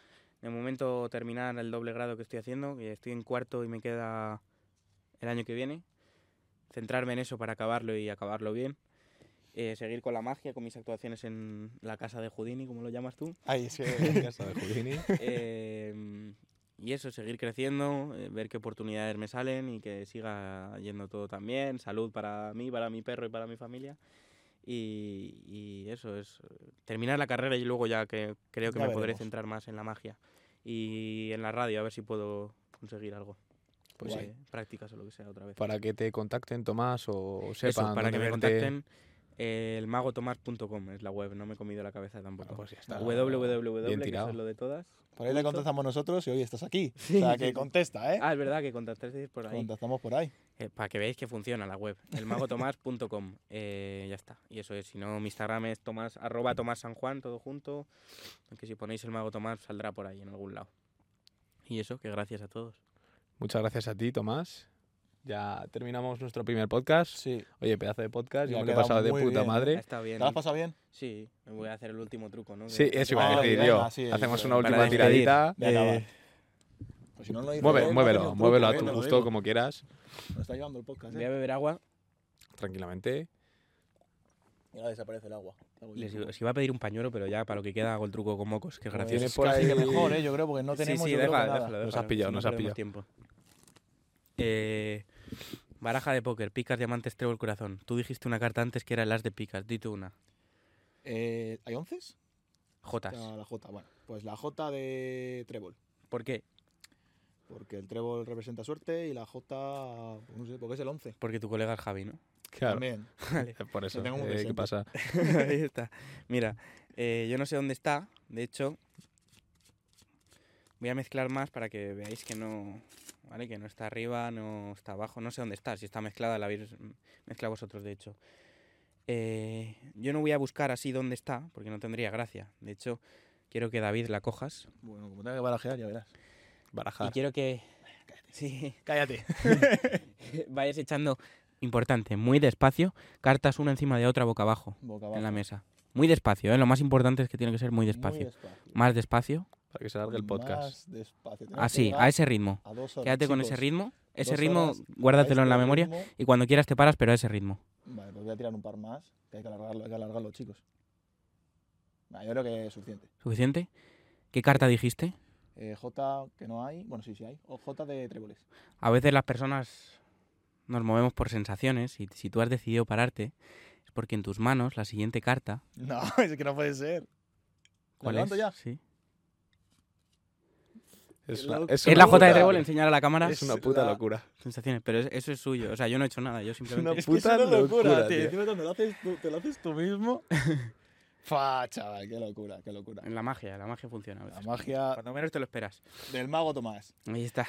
B: De momento terminar el doble grado que estoy haciendo, que estoy en cuarto y me queda el año que viene. Centrarme en eso para acabarlo y acabarlo bien. Eh, seguir con la magia, con mis actuaciones en la casa de Houdini, como lo llamas tú.
A: Ay, es que
C: Casa de Houdini.
B: Eh, Y eso, seguir creciendo, eh, ver qué oportunidades me salen y que siga yendo todo tan bien. Salud para mí, para mi perro y para mi familia. Y, y eso es eh, terminar la carrera y luego ya que creo que
A: Ya
B: me podré
A: veremos.
B: centrar más en la magia y en la radio, a ver si puedo conseguir algo.
C: Pues sí.
B: Eh, prácticas o lo que sea otra vez.
C: Para que te contacten, Tomás, o sepan
B: Eso, para
C: dónde
B: que me
C: verte.
B: contacten, eh, elmagotomás.com es la web, no me he comido la cabeza tampoco.
C: Bueno, pues ya está.
B: www,
C: Bien
B: que eso
C: tirado.
B: es lo de todas.
A: Por ahí le
B: punto.
A: contestamos nosotros y hoy estás aquí.
B: Sí,
A: o sea,
B: sí,
A: que
B: sí.
A: contesta, ¿eh?
B: Ah, es verdad que contactasteis por ahí.
A: Contestamos por ahí.
B: Eh, para que veáis que funciona la web. Elmagotomás.com. eh, ya está. Y eso es. Si no, mi Instagram es tomás, arroba tomás san juan, todo junto. Que si ponéis el mago tomás saldrá por ahí en algún lado. Y eso, que gracias a todos.
C: Muchas gracias a ti, Tomás. Ya terminamos nuestro primer podcast.
A: Sí.
C: Oye, pedazo de podcast.
A: Ya
C: Yo
A: ha
C: me lo he
A: quedado
C: pasado de
A: muy
C: puta
A: bien, ¿eh?
C: madre.
B: Está bien.
A: ¿Te lo has pasado bien?
B: Sí, me voy a hacer el último truco, ¿no?
C: Sí,
B: Que-
C: eso
B: que-
C: iba a
A: Ah,
C: decir
A: venga,
C: yo.
A: sí,
C: Hacemos
A: sí.
C: una
B: Para
C: última
B: despedir.
C: tiradita.
A: De acabar.
B: Eh,
A: Pues si no, no dice
C: Mueve,
A: él, no hace ni
C: muévelo,
A: un
C: muévelo a
A: truco,
C: tu
A: ¿eh? Lo
C: gusto,
A: digo.
C: como quieras,
A: Nos está llevando el podcast,
B: Voy a
A: ¿eh?
B: beber agua.
C: tranquilamente.
A: Mira, desaparece el agua. Hago yo
B: Les
A: el truco.
B: os iba a pedir un pañuelo, pero ya para lo que queda hago el truco con mocos, que es
A: Pues
B: gracioso.
C: Tienes por
A: casi que
C: ahí-
A: mejor, ¿eh? Yo creo, porque no tenemos
B: sí, sí,
A: yo creo,
B: déjalo,
A: nada.
B: déjalo,
C: Nos has
B: déjalo,
C: pillado,
B: si no
C: nos has
B: perdemos
C: pillado.
B: tiempo. Eh, baraja de póker, picas, diamantes, trébol, corazón. Tú dijiste una carta antes que era el as de picas, di tú una.
A: Eh, ¿Hay once?
B: Jotas.
A: La J, bueno. Pues la J de trébol.
B: ¿Por qué?
A: Porque el trébol representa suerte y la J, pues no sé, porque es el 11.
B: Porque tu colega es Javi, ¿no?
C: Claro,
A: También.
C: por eso.
A: tengo muy
C: eh,
A: presente.
C: ¿Qué pasa?
B: Ahí está. Mira, eh, yo no sé dónde está, de hecho, voy a mezclar más para que veáis que no, ¿vale? Que no está arriba, no está abajo, no sé dónde está, si está mezclada la habéis mezclado vosotros, de hecho. Eh, yo no voy a buscar así dónde está, porque no tendría gracia. De hecho, quiero que David la cojas.
A: Bueno, como tenga que barajear, ya verás.
B: Y
C: Barajar.
B: quiero que... Sí,
A: Cállate.
B: vayas echando, importante, muy despacio, cartas una encima de otra boca abajo,
A: Boca
B: en la
A: abajo.
B: mesa. Muy despacio, ¿eh? Lo más importante es que tiene que ser muy despacio.
A: Muy despacio.
B: más despacio.
C: Para que se largue el podcast.
A: Más despacio. Tenemos que
B: Así,
A: llegar
B: Ah, a ese ritmo.
A: a dos horas,
B: Quédate con ese
A: chicos.
B: ritmo. Ese
A: Dos
B: ritmo,
A: horas, A
B: guárdatelo en
A: este
B: la memoria.
A: ritmo-
B: Y cuando quieras te paras, pero a ese ritmo.
A: Vale, pues voy a tirar un par más, que hay que alargarlo, hay que alargarlo chicos. Nah, yo creo que es suficiente.
B: ¿Suficiente? ¿Qué carta dijiste?
A: Eh, J, que no hay, bueno, sí, sí hay. O J de tréboles.
B: A veces las personas nos movemos por sensaciones y si tú has decidido pararte es porque en tus manos la siguiente carta...
A: No, es que no puede ser.
B: ¿Cuál es?
A: levanto ya?
B: Sí.
C: Es
A: la-
C: una,
A: es
B: Es la J de
A: puta-
B: Trébol, enseñar a la cámara
C: Es una puta
A: la-
C: locura.
B: sensaciones, pero es- eso es suyo. O sea, yo no he hecho nada, yo simplemente...
A: Es que es
C: Puta
A: una locura,
C: locura,
A: tío.
C: tío.
A: Encima cuando lo haces tú, te lo haces tú mismo. Fa, chaval, qué locura, qué locura.
B: En la magia, la magia funciona a
A: La
B: veces.
A: magia
B: Cuando menos te lo esperas.
A: del mago Tomás.
B: Ahí está.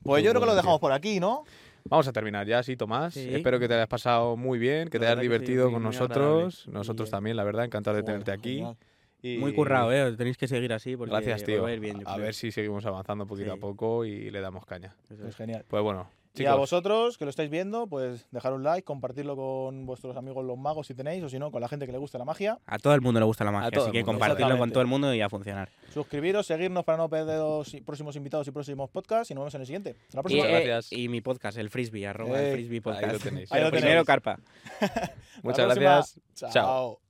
A: Pues
C: Muy
A: yo creo que
C: bueno,
A: lo
C: tío.
A: dejamos por aquí, ¿no?
C: Vamos a terminar ya, sí, Tomás.
B: Sí.
C: Espero que te hayas pasado muy bien, que
B: La
C: te hayas
B: verdad que sí,
C: divertido
B: sí,
C: con
B: muy
C: nosotros.
B: agradable.
C: Nosotros
B: Y- eh,
C: también, la verdad, encantado de tenerte
A: Bueno,
C: aquí.
A: genial.
C: Y-
B: Muy currado, ¿eh? Tenéis que seguir así porque
C: Gracias,
B: os
C: tío.
B: va a ir bien, yo
C: a
B: creo.
C: ver si seguimos avanzando poquito
B: Sí.
C: a poco y le damos caña.
B: Eso
A: Pues
B: es.
A: genial.
C: Pues bueno,
A: Y a
C: chicos,
A: vosotros que lo estáis viendo, pues dejar un like, compartirlo con vuestros amigos los magos si tenéis, o si no, con la gente que le gusta la magia.
B: A todo el mundo le gusta la magia,
C: todo
B: así
C: el
B: que
C: mundo.
B: compartirlo con
A: Exactamente.
B: todo el mundo y a funcionar.
A: Suscribiros, seguirnos para no perder los próximos invitados y próximos podcasts. Y nos vemos en el siguiente. Hasta la
B: Y,
A: próxima.
C: Muchas
B: eh,
C: gracias.
B: y mi podcast, el frisbee, arroba el
A: Ey,
B: frisbee podcast.
C: ahí lo tenéis.
A: Ahí lo
B: Primero
A: tenéis.
B: carpa.
A: Hasta la
C: muchas
A: próxima.
C: gracias. Chao.
A: Chao.